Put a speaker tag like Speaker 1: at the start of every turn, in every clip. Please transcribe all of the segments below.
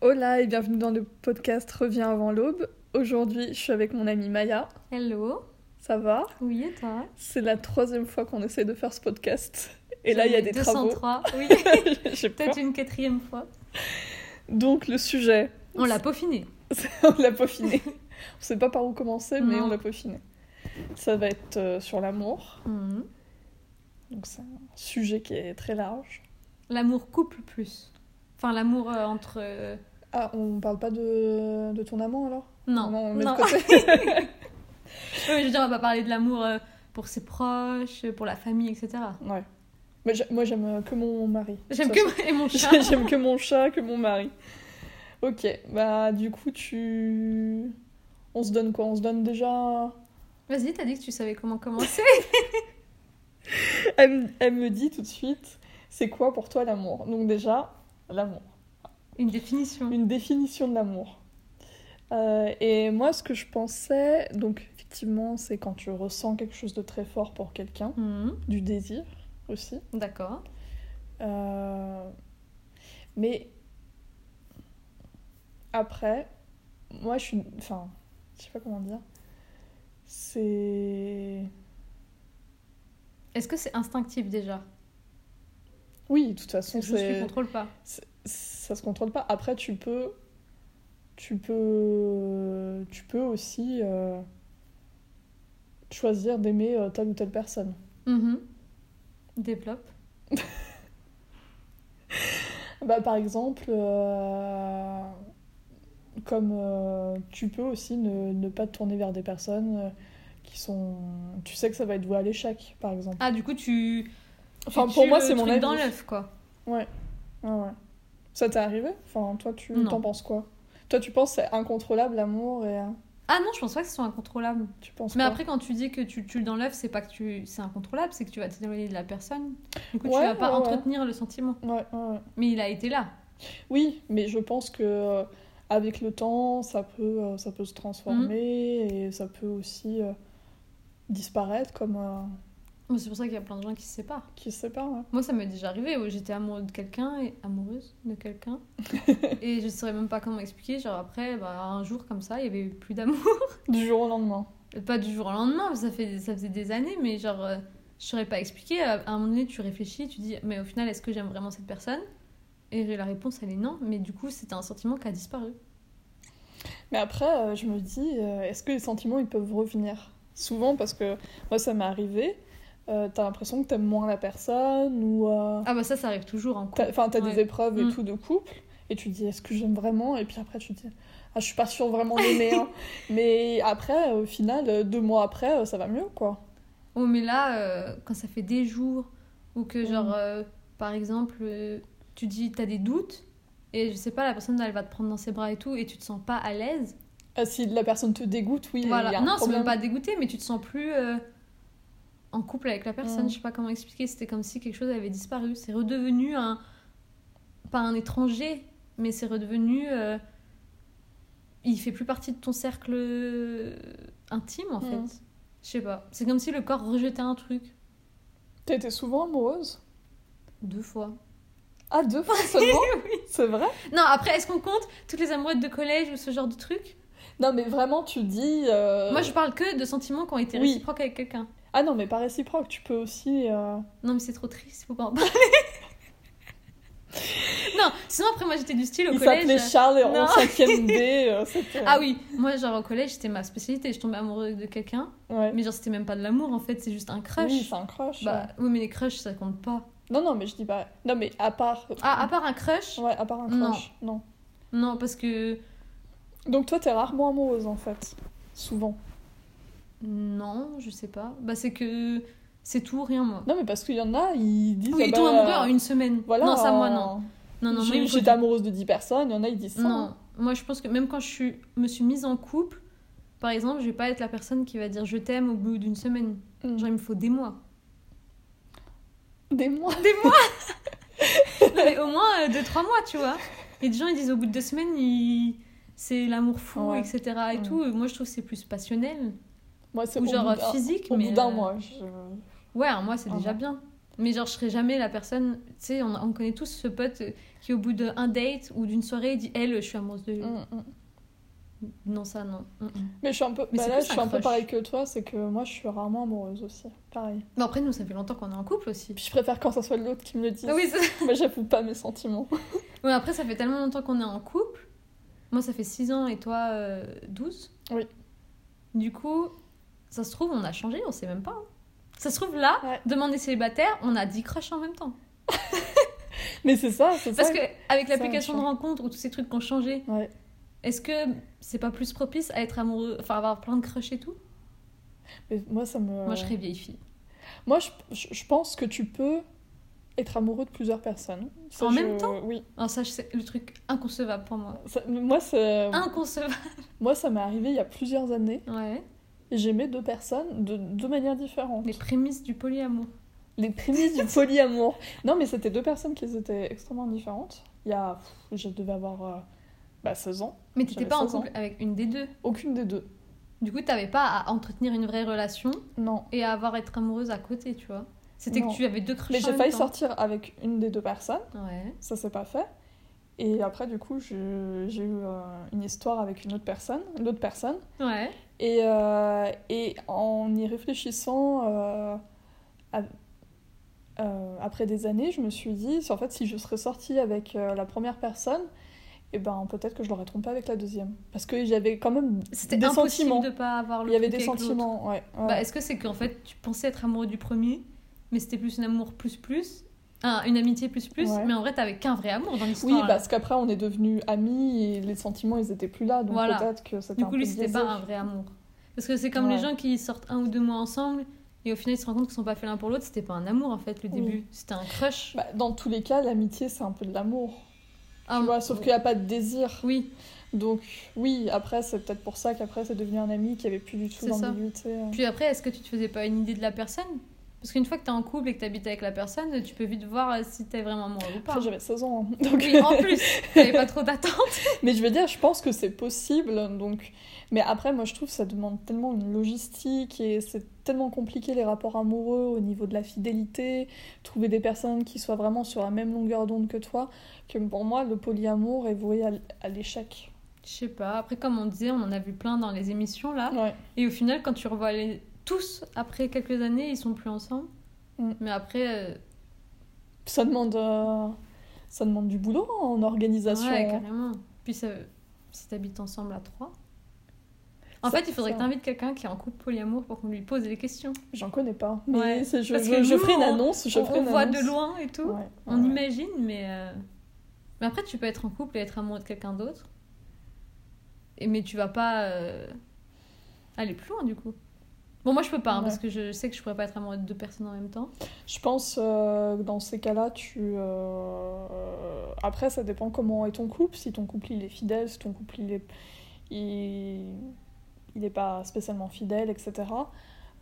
Speaker 1: Hola et bienvenue dans le podcast Reviens avant l'aube. Aujourd'hui, je suis avec mon amie Maya.
Speaker 2: Hello.
Speaker 1: Ça va
Speaker 2: Oui, et toi
Speaker 1: C'est la troisième fois qu'on essaie de faire ce podcast. Et là, il y a des travaux.
Speaker 2: 203, oui.
Speaker 1: J'ai peur.
Speaker 2: Peut-être une quatrième fois.
Speaker 1: Donc, le sujet,
Speaker 2: On l'a peaufiné.
Speaker 1: on l'a peaufiné. on sait pas par où commencer, mais
Speaker 2: Non.
Speaker 1: on l'a peaufiné. Ça va être euh, sur l'amour.
Speaker 2: Mhm.
Speaker 1: Donc, c'est un sujet qui est très large.
Speaker 2: L'amour couple plus. Enfin, l'amour euh, entre... euh,
Speaker 1: Ah, on parle pas de, de ton amant alors
Speaker 2: Non,
Speaker 1: Non, on
Speaker 2: non.
Speaker 1: met de
Speaker 2: Oui, je veux dire, on va pas parler de l'amour euh, pour ses proches, euh, pour la famille, etc.
Speaker 1: Ouais. Mais j'ai- moi, j'aime euh, que mon mari.
Speaker 2: J'aime
Speaker 1: Ça,
Speaker 2: que et mon chat.
Speaker 1: J'ai- J'aime que mon chat, que mon mari. Ok, bah du coup tu... On se donne quoi On se donne déjà...
Speaker 2: Vas-y, t'as dit que tu savais comment commencer.
Speaker 1: Elle, me- elle me dit tout de suite, c'est quoi pour toi l'amour Donc déjà, l'amour.
Speaker 2: Une définition.
Speaker 1: Une définition de l'amour. Euh, et moi ce que je pensais, donc effectivement c'est quand tu ressens quelque chose de très fort pour quelqu'un,
Speaker 2: Mhm.
Speaker 1: du désir aussi.
Speaker 2: D'accord.
Speaker 1: Euh, mais après, moi je suis. Enfin, je sais pas comment dire. C'est.
Speaker 2: Est-ce que c'est instinctif déjà
Speaker 1: Oui, de toute façon,
Speaker 2: Je ne
Speaker 1: c'est-
Speaker 2: contrôle pas.
Speaker 1: ça se contrôle pas. Après, tu peux. Tu peux. Tu peux aussi euh, choisir d'aimer euh, telle ou telle personne.
Speaker 2: Mhm. Développe.
Speaker 1: Bah, par exemple, euh, comme euh, tu peux aussi ne, ne pas te tourner vers des personnes euh, qui sont... Tu sais que ça va être voué à l'échec, par exemple.
Speaker 2: Ah, du coup, tu...
Speaker 1: Enfin,
Speaker 2: tu
Speaker 1: pour
Speaker 2: tues
Speaker 1: moi,
Speaker 2: le
Speaker 1: c'est mon
Speaker 2: truc
Speaker 1: avis.
Speaker 2: dans l'œuf, quoi.
Speaker 1: Ouais, ouais. Ça t'est arrivé? Enfin, toi, tu
Speaker 2: Non.
Speaker 1: t'en penses quoi? Toi, tu penses c'est incontrôlable, l'amour, et... euh,
Speaker 2: Ah non, je pense pas que ce soit incontrôlable.
Speaker 1: Tu penses
Speaker 2: Mais
Speaker 1: quoi?
Speaker 2: après, quand tu dis que tu tues dans l'œuf, c'est pas que tu... c'est incontrôlable, c'est que tu vas t'éloigner de la personne. Du coup,
Speaker 1: Ouais,
Speaker 2: tu vas pas
Speaker 1: ouais, ouais.
Speaker 2: entretenir le sentiment.
Speaker 1: Ouais, ouais, ouais.
Speaker 2: Mais il a été là.
Speaker 1: Oui, mais je pense que euh, avec le temps, ça peut, euh, ça peut se
Speaker 2: Mhm.
Speaker 1: transformer et ça peut aussi euh, disparaître comme... euh,
Speaker 2: Mais C'est pour ça qu'il y a plein de gens qui se séparent.
Speaker 1: qui hein, se sépare, ouais.
Speaker 2: Moi, ça m'est déjà arrivé où j'étais amoureuse de quelqu'un et amoureuse de quelqu'un. et je saurais même pas comment expliquer. Genre après, bah, un jour comme ça, il y avait plus d'amour.
Speaker 1: Du jour au lendemain.
Speaker 2: Pas du jour au lendemain, parce que ça, fait... ça faisait des années, mais genre, euh, je saurais pas expliquer. À un moment donné, tu réfléchis, tu dis, mais au final, est-ce que j'aime vraiment cette personne Et la réponse, elle est non. Mais du coup, c'était un sentiment qui a disparu.
Speaker 1: Mais après, euh, je me dis, euh, est-ce que les sentiments, ils peuvent revenir Souvent, parce que moi, ça m'est arrivé, euh, t'as l'impression que t'aimes moins la personne, ou... euh,
Speaker 2: Ah bah ça, ça arrive toujours en
Speaker 1: t'as-
Speaker 2: couple.
Speaker 1: Enfin, t'as des
Speaker 2: ouais.
Speaker 1: épreuves et
Speaker 2: Mm.
Speaker 1: tout de couple, et tu te dis, est-ce que j'aime vraiment Et puis après, tu te dis, ah, je suis pas sûre vraiment d'aimer. hein. Mais après, au final, euh, deux mois après, euh, ça va mieux, quoi.
Speaker 2: Oh mais là, euh, quand ça fait des jours, ou que genre,
Speaker 1: Mm.
Speaker 2: euh, par exemple, euh, tu dis, t'as des doutes, et je sais pas, la personne, elle va te prendre dans ses bras et tout, et tu te sens pas à l'aise.
Speaker 1: Ah, si la personne te dégoûte, oui, il y a
Speaker 2: Voilà.
Speaker 1: un
Speaker 2: Non, c'est
Speaker 1: problème.
Speaker 2: même pas dégoûté, mais tu te sens plus euh, en couple avec la personne.
Speaker 1: Mm.
Speaker 2: Je sais pas comment expliquer, c'était comme si quelque chose avait disparu. C'est redevenu un... Pas un étranger, mais c'est redevenu... euh, Il fait plus partie de ton cercle euh, intime, en
Speaker 1: Mm.
Speaker 2: fait. Je sais pas. C'est comme si le corps rejetait un truc.
Speaker 1: T'as été souvent amoureuse
Speaker 2: Deux fois.
Speaker 1: Ah, deux fois seulement C'est vrai
Speaker 2: Eh Non, après, est-ce qu'on compte toutes les amourettes de collège ou ce genre de truc
Speaker 1: Non, mais vraiment, tu dis... euh,
Speaker 2: Moi, je parle que de sentiments qui ont été
Speaker 1: oui.
Speaker 2: réciproques avec quelqu'un.
Speaker 1: Ah non, mais pas réciproque, tu peux aussi... euh,
Speaker 2: Non, mais c'est trop triste, faut pas en parler. non, sinon, après, moi, j'étais du style au
Speaker 1: Il s'appelait
Speaker 2: collège. euh,
Speaker 1: Charles et en
Speaker 2: Non.
Speaker 1: 5ème D. euh, c'était-
Speaker 2: Ah oui, moi, genre au collège, c'était ma spécialité. Je tombais amoureuse de quelqu'un,
Speaker 1: euh, Ouais.
Speaker 2: mais genre, c'était même pas de l'amour en fait, c'est juste un crush.
Speaker 1: Oui, c'est un crush.
Speaker 2: bah,
Speaker 1: ouais.
Speaker 2: oui, mais les crushs, ça compte pas.
Speaker 1: Non, non, mais je dis pas. Non, mais à part.
Speaker 2: Ah, à part un crush
Speaker 1: Ouais, à part un crush. Non.
Speaker 2: Non, parce que.
Speaker 1: Donc toi, t'es rarement amoureuse en fait. Souvent.
Speaker 2: Non, je sais pas. Bah, c'est que. C'est tout ou rien, moi.
Speaker 1: Non, mais parce qu'il y en a, ils disent.
Speaker 2: Oui,
Speaker 1: ah
Speaker 2: ils
Speaker 1: bah,
Speaker 2: tombent amoureux en une semaine.
Speaker 1: Voilà.
Speaker 2: non, ça, moi,
Speaker 1: euh,
Speaker 2: non. Non, non, moi,
Speaker 1: j'ai-
Speaker 2: il me faut
Speaker 1: J'étais amoureuse de 10 personnes, il y en a, ils disent ça.
Speaker 2: Non, moi je pense que même quand je suis- me suis mise en couple, par exemple, je vais pas être la personne qui va dire je t'aime au bout d'une semaine.
Speaker 1: Mm.
Speaker 2: Genre, il me faut des mois.
Speaker 1: Des mois.
Speaker 2: Des mois Non, mais au moins 2-3 mois, tu vois. Et des gens ils disent au bout de deux semaines, ils- c'est l'amour fou,
Speaker 1: Ouais.
Speaker 2: etc. Et
Speaker 1: Mm.
Speaker 2: tout. Et Moi je trouve que c'est plus passionnel.
Speaker 1: Moi, c'est
Speaker 2: Ou
Speaker 1: au bout
Speaker 2: genre
Speaker 1: d'un-
Speaker 2: physique.
Speaker 1: Au
Speaker 2: mais
Speaker 1: bout d'un
Speaker 2: euh,
Speaker 1: mois. je-
Speaker 2: Ouais, un mois c'est
Speaker 1: Un
Speaker 2: déjà
Speaker 1: mois.
Speaker 2: bien. Mais genre, je serai jamais la personne. Tu sais, on, on connaît tous ce pote euh, qui, au bout d'un date ou d'une soirée, dit Elle, je suis amoureuse de.
Speaker 1: Mm, mm.
Speaker 2: Non, ça, non. Mm, mm.
Speaker 1: Mais je suis un peu,
Speaker 2: Mais
Speaker 1: bah
Speaker 2: c'est
Speaker 1: là,
Speaker 2: plus
Speaker 1: je suis un peu
Speaker 2: accroche.
Speaker 1: pareil que toi, c'est que moi, je suis rarement amoureuse aussi. Pareil.
Speaker 2: Mais après, nous, ça fait longtemps qu'on est en couple aussi.
Speaker 1: Puis je préfère quand ça soit l'autre qui me le dise.
Speaker 2: Ah oui, ça-
Speaker 1: Moi, j'avoue pas mes sentiments.
Speaker 2: Ouais, après, ça fait tellement longtemps qu'on est en couple. Moi, ça fait 6 ans et toi, euh, 12.
Speaker 1: Oui.
Speaker 2: Du coup, ça se trouve, on a changé, on sait même pas. hein. Ça se trouve, là,
Speaker 1: Ouais.
Speaker 2: demander célibataire, on a 10 crushs en même temps.
Speaker 1: Mais c'est ça, c'est ça.
Speaker 2: Parce que avec
Speaker 1: ça,
Speaker 2: l'application
Speaker 1: je
Speaker 2: de rencontre ou tous ces trucs qui ont changé,
Speaker 1: Ouais.
Speaker 2: est-ce que c'est pas plus propice à être amoureux, enfin avoir plein de crushs et tout
Speaker 1: Mais moi, ça me.
Speaker 2: Moi, je serais vieille fille.
Speaker 1: Moi, je, je- je pense que tu peux être amoureux de plusieurs personnes. Ça,
Speaker 2: En
Speaker 1: je-
Speaker 2: même temps
Speaker 1: Oui.
Speaker 2: Alors ça, c'est le truc inconcevable pour moi.
Speaker 1: Ça- moi, ça,
Speaker 2: Hein Inconcevable.
Speaker 1: moi, ça m'est arrivé il y a plusieurs années.
Speaker 2: Ouais.
Speaker 1: et J'aimais deux personnes de deux manières différentes.
Speaker 2: Les prémices du polyamour.
Speaker 1: Les prémices du polyamour. Non, mais c'était deux personnes qui étaient extrêmement différentes. Il y a. pff, je devais avoir euh, bah, 16 ans.
Speaker 2: Mais t'étais
Speaker 1: J'avais
Speaker 2: pas en
Speaker 1: 16 ans.
Speaker 2: couple avec une des deux.
Speaker 1: Aucune des deux.
Speaker 2: Du coup, t'avais pas à entretenir une vraie relation
Speaker 1: Non.
Speaker 2: et à avoir être amoureuse à côté, tu vois. C'était
Speaker 1: Non.
Speaker 2: que tu avais deux crushs
Speaker 1: Mais
Speaker 2: en
Speaker 1: j'ai
Speaker 2: même
Speaker 1: failli
Speaker 2: temps.
Speaker 1: sortir avec une des deux personnes.
Speaker 2: Ouais.
Speaker 1: Ça s'est pas fait. Et après, du coup, je- j'ai eu euh, une histoire avec une autre personne. L'autre personne.
Speaker 2: Ouais.
Speaker 1: Et, euh, et en y réfléchissant euh, à- euh, après des années, je me suis dit, en fait, si je serais sortie avec euh, la première personne, et ben peut-être que je l'aurais trompée avec la deuxième. Parce que j'avais quand même
Speaker 2: C'était
Speaker 1: des
Speaker 2: impossible
Speaker 1: sentiments.
Speaker 2: de pas avoir le
Speaker 1: Il y avait
Speaker 2: truc
Speaker 1: des
Speaker 2: avec l'autre.
Speaker 1: sentiments, ouais. ouais.
Speaker 2: Bah, est-ce que c'est qu'en fait tu pensais être amoureux du premier, mais c'était plus un amour plus plus, ah, une amitié plus plus,
Speaker 1: Ouais.
Speaker 2: mais en vrai t'avais qu'un vrai amour dans l'histoire.
Speaker 1: oui, bah,
Speaker 2: là.
Speaker 1: parce qu'après on est devenus amis et les sentiments ils étaient plus là, donc
Speaker 2: Voilà.
Speaker 1: peut-être que c'était
Speaker 2: du
Speaker 1: un
Speaker 2: coup
Speaker 1: peu
Speaker 2: lui c'était
Speaker 1: biaisé.
Speaker 2: pas un vrai amour. Parce que c'est comme les
Speaker 1: Ouais.
Speaker 2: gens qui sortent un ou deux mois ensemble et au final ils se rendent compte qu'ils sont pas faits l'un pour l'autre, c'était pas un amour en fait le
Speaker 1: Oui.
Speaker 2: début, c'était un crush.
Speaker 1: Bah, dans tous les cas, l'amitié c'est un peu de l'amour,
Speaker 2: Ah,
Speaker 1: tu vois, Bah, sauf qu'il n'y a pas de désir.
Speaker 2: Oui,
Speaker 1: Donc oui, après c'est peut-être pour ça qu'après c'est devenu un ami qui avait plus du tout
Speaker 2: C'est ça.
Speaker 1: d'ambiguïté. euh.
Speaker 2: Puis après, est-ce que tu te faisais pas une idée de la personne Parce qu'une fois que t'es en couple et que t'habites avec la personne, tu peux vite voir euh, si t'es vraiment amoureux ou pas.
Speaker 1: Après j'avais 16 ans, hein, donc...
Speaker 2: Oui, en plus, t'avais pas trop d'attente.
Speaker 1: mais je veux dire, je pense que c'est possible. Donc, mais après moi je trouve que ça demande tellement une logistique et c'est tellement compliqué les rapports amoureux au niveau de la fidélité, trouver des personnes qui soient vraiment sur la même longueur d'onde que toi, que pour moi le polyamour est voué à l- à l'échec.
Speaker 2: Je sais pas. Après, comme on disait, on en a vu plein dans les émissions là.
Speaker 1: Ouais.
Speaker 2: Et au final, quand tu revois les... tous après quelques années, ils sont plus ensemble.
Speaker 1: Mm.
Speaker 2: Mais après, euh,
Speaker 1: Ça demande, euh, ça demande du boulot hein, en organisation.
Speaker 2: ouais,
Speaker 1: hein.
Speaker 2: carrément. Puis ça- si t'habites ensemble à trois. En
Speaker 1: Ça-
Speaker 2: fait, il faudrait
Speaker 1: ça-
Speaker 2: que t'invites quelqu'un qui est en couple polyamour pour qu'on lui pose des questions.
Speaker 1: J'en connais pas. Mais
Speaker 2: Ouais,
Speaker 1: c'est- je,
Speaker 2: parce
Speaker 1: je,
Speaker 2: que
Speaker 1: je
Speaker 2: nous,
Speaker 1: ferai une
Speaker 2: on-
Speaker 1: annonce. Je
Speaker 2: on
Speaker 1: ferai
Speaker 2: on
Speaker 1: une
Speaker 2: voit
Speaker 1: annonce.
Speaker 2: de loin et tout.
Speaker 1: Ouais,
Speaker 2: On
Speaker 1: ouais.
Speaker 2: imagine, mais, euh, mais après, tu peux être en couple et être amoureux de quelqu'un d'autre. Et, mais tu vas pas euh, aller plus loin, du coup. Bon, moi, je peux pas, hein,
Speaker 1: Ouais.
Speaker 2: parce que je sais que je pourrais pas être amoureux de deux personnes en même temps.
Speaker 1: Je pense euh, que dans ces cas-là, tu. euh, Après, ça dépend comment est ton couple. Si ton couple il est fidèle, si ton couple il est. Il il est pas spécialement fidèle, etc.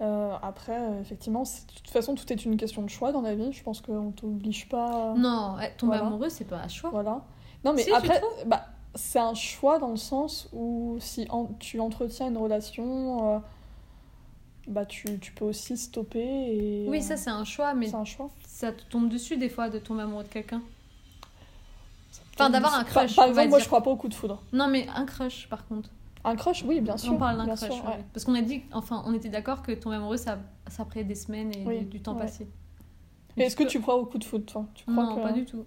Speaker 1: Euh, après, euh, effectivement, c'est- de toute façon, tout est une question de choix dans la vie. Je pense qu'on t'oblige pas.
Speaker 2: Non, eh, tomber
Speaker 1: voilà.
Speaker 2: amoureux, c'est pas un choix.
Speaker 1: Voilà. Non, mais
Speaker 2: Si, tu
Speaker 1: après, bah, c'est un choix dans le sens où si en- tu entretiens une relation, euh, bah, tu, tu peux aussi stopper. Et,
Speaker 2: Oui, ça,
Speaker 1: euh,
Speaker 2: c'est un choix, mais
Speaker 1: c'est un choix.
Speaker 2: ça te tombe dessus, des fois, de tomber amoureux de quelqu'un.
Speaker 1: Ça peut
Speaker 2: Enfin,
Speaker 1: être-
Speaker 2: d'avoir un
Speaker 1: par-
Speaker 2: crush,
Speaker 1: Par,
Speaker 2: on va
Speaker 1: exemple, moi,
Speaker 2: dire.
Speaker 1: je crois pas au coup de foudre.
Speaker 2: Non, mais un crush, par contre.
Speaker 1: Un crush, oui, bien sûr.
Speaker 2: on parle d'un
Speaker 1: bien
Speaker 2: crush.
Speaker 1: sûr,
Speaker 2: ouais.
Speaker 1: ouais.
Speaker 2: Parce qu'on a dit, enfin, on était d'accord que tomber amoureux, ça, ça prenait des semaines et
Speaker 1: Oui,
Speaker 2: du, du temps
Speaker 1: ouais.
Speaker 2: passé.
Speaker 1: Mais
Speaker 2: Mais
Speaker 1: est-ce que tu crois au coup de foudre, toi tu crois
Speaker 2: Non,
Speaker 1: que-
Speaker 2: pas du tout.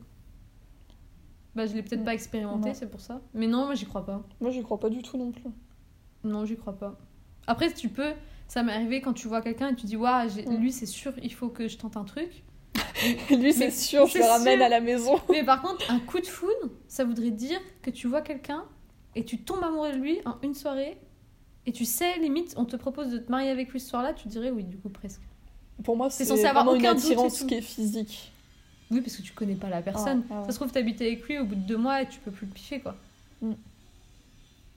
Speaker 2: Bah, je l'ai peut-être pas expérimenté,
Speaker 1: Non.
Speaker 2: c'est pour ça. Mais non, moi, j'y crois pas.
Speaker 1: Moi, j'y crois pas du tout non plus.
Speaker 2: Non, j'y crois pas. Après, tu peux. Ça m'est arrivé quand tu vois quelqu'un et tu dis, waouh, j'ai-
Speaker 1: Mm.
Speaker 2: lui, c'est sûr, il faut que je tente un truc.
Speaker 1: Lui, c'est
Speaker 2: Mais
Speaker 1: sûr, je
Speaker 2: c'est
Speaker 1: le ramène
Speaker 2: sûr.
Speaker 1: à la maison.
Speaker 2: Mais par contre, un coup de foudre, ça voudrait dire que tu vois quelqu'un et tu tombes amoureux de lui en une soirée. Et tu sais, limite, on te propose de te marier avec lui ce soir-là, tu dirais oui, du coup, presque.
Speaker 1: Pour moi, c'est
Speaker 2: censé avoir
Speaker 1: vraiment une
Speaker 2: aucun doute et
Speaker 1: attirance
Speaker 2: tout.
Speaker 1: qui est physique.
Speaker 2: Oui, parce que tu connais pas la personne.
Speaker 1: Ah, Ouais, ouais, ouais.
Speaker 2: Ça se trouve, t'habites avec lui au bout de deux mois et tu peux plus le piffer, quoi.
Speaker 1: Mm.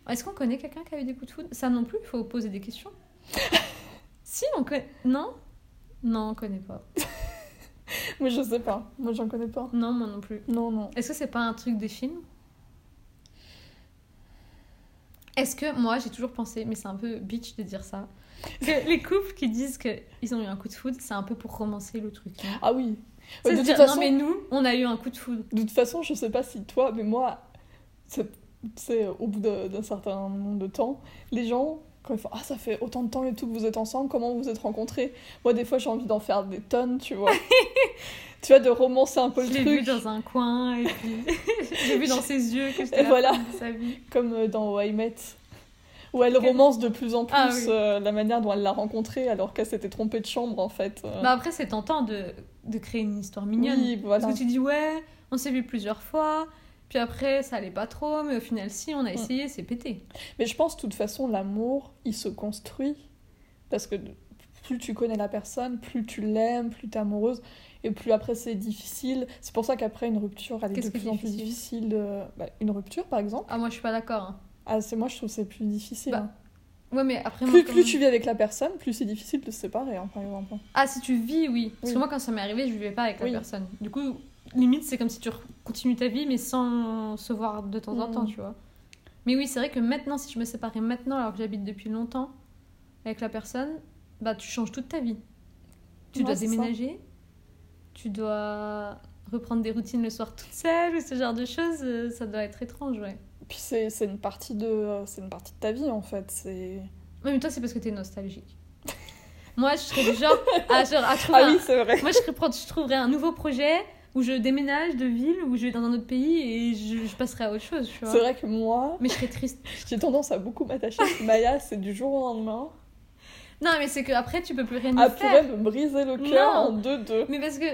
Speaker 2: Est-ce qu'on connaît quelqu'un qui a eu des coups de foudre Ça non plus, il faut poser des questions. si, on connaît. Non Non, on connaît pas.
Speaker 1: Moi, je sais pas. Moi, j'en connais pas.
Speaker 2: Non, moi non plus.
Speaker 1: Non, non.
Speaker 2: Est-ce que c'est pas un truc des films Est-ce que moi, j'ai toujours pensé, mais c'est un peu bitch de dire ça, que les couples qui disent qu'ils ont eu un coup de foudre, c'est un peu pour romancer le truc. hein.
Speaker 1: Ah oui.
Speaker 2: C'est
Speaker 1: Ouais,
Speaker 2: se
Speaker 1: de,
Speaker 2: dire,
Speaker 1: toute façon,
Speaker 2: non mais nous, on a eu un coup de foudre.
Speaker 1: de toute façon, je sais pas si toi, mais moi, c'est c'est au bout de- d'un certain nombre de temps, les gens, quand ils font Ah, ça fait autant de temps et tout que vous êtes ensemble, comment vous vous êtes rencontrés Moi, des fois, j'ai envie d'en faire des tonnes, tu vois. tu vois, de romancer un peu
Speaker 2: Je
Speaker 1: le
Speaker 2: l'ai
Speaker 1: truc.
Speaker 2: vu dans un coin, et puis j'ai vu dans ses yeux que
Speaker 1: Et
Speaker 2: c'était la
Speaker 1: voilà.
Speaker 2: femme de sa vie.
Speaker 1: comme euh, dans How I Met, où elle
Speaker 2: Quel-
Speaker 1: romance de plus en plus
Speaker 2: Ah oui.
Speaker 1: euh, la manière dont elle l'a rencontré alors qu'elle s'était trompée de chambre en fait. euh.
Speaker 2: Bah après, c'est tentant de, de créer une histoire mignonne.
Speaker 1: oui, voilà.
Speaker 2: Parce que tu dis, ouais, on s'est vu plusieurs fois, puis après, ça allait pas trop, mais au final, si,
Speaker 1: Mm.
Speaker 2: on a essayé, c'est pété.
Speaker 1: Mais je pense de toute façon l'amour, il se construit parce que plus tu connais la personne, plus tu l'aimes, plus t'es amoureuse et plus après c'est difficile. C'est pour ça qu'après une rupture, elle est,
Speaker 2: Qu'est-ce
Speaker 1: de
Speaker 2: que
Speaker 1: plus en plus
Speaker 2: difficile
Speaker 1: difficile. euh, bah, une rupture par exemple,
Speaker 2: Ah, moi, je suis pas d'accord. hein.
Speaker 1: ah, c'est moi je trouve que c'est plus difficile.
Speaker 2: Bah,
Speaker 1: hein.
Speaker 2: Ouais, mais après, moi,
Speaker 1: Plus,
Speaker 2: quand-
Speaker 1: plus tu vis avec la personne, plus c'est difficile de se séparer hein, par exemple.
Speaker 2: Ah, si tu vis, oui. Parce que
Speaker 1: Oui.
Speaker 2: moi, quand ça m'est arrivé, je vivais pas avec la
Speaker 1: Oui.
Speaker 2: personne. Du coup, limite, c'est comme si tu re- continues ta vie, mais sans se voir de temps en
Speaker 1: Mm.
Speaker 2: temps, tu vois. Mais oui, c'est vrai que maintenant, si je me séparais maintenant, alors que j'habite depuis longtemps avec la personne, bah, tu changes toute ta vie. Tu
Speaker 1: Ouais,
Speaker 2: dois
Speaker 1: c'est ça.
Speaker 2: déménager, tu dois reprendre des routines le soir toute seule, ou ce genre de choses, euh, ça doit être étrange, ouais.
Speaker 1: Puis c'est c'est une partie de c'est une partie de ta vie en fait. C'est
Speaker 2: Ouais, mais toi, c'est parce que t'es nostalgique. Moi, je serais du genre à, genre, à trouver
Speaker 1: ah
Speaker 2: un-
Speaker 1: oui c'est vrai.
Speaker 2: Moi, je, reprends- je trouverais un nouveau projet où je déménage de ville, où je vais dans un autre pays et je, je passerai à autre chose, tu
Speaker 1: C'est
Speaker 2: vois.
Speaker 1: vrai que moi
Speaker 2: Mais je serais triste.
Speaker 1: j'ai tendance à beaucoup m'attacher. à Maya c'est du jour au lendemain.
Speaker 2: Non, mais c'est que après Ah, tu peux plus rien y
Speaker 1: Elle
Speaker 2: faire.
Speaker 1: pourrait me briser le cœur
Speaker 2: Non.
Speaker 1: en deux deux.
Speaker 2: Mais parce que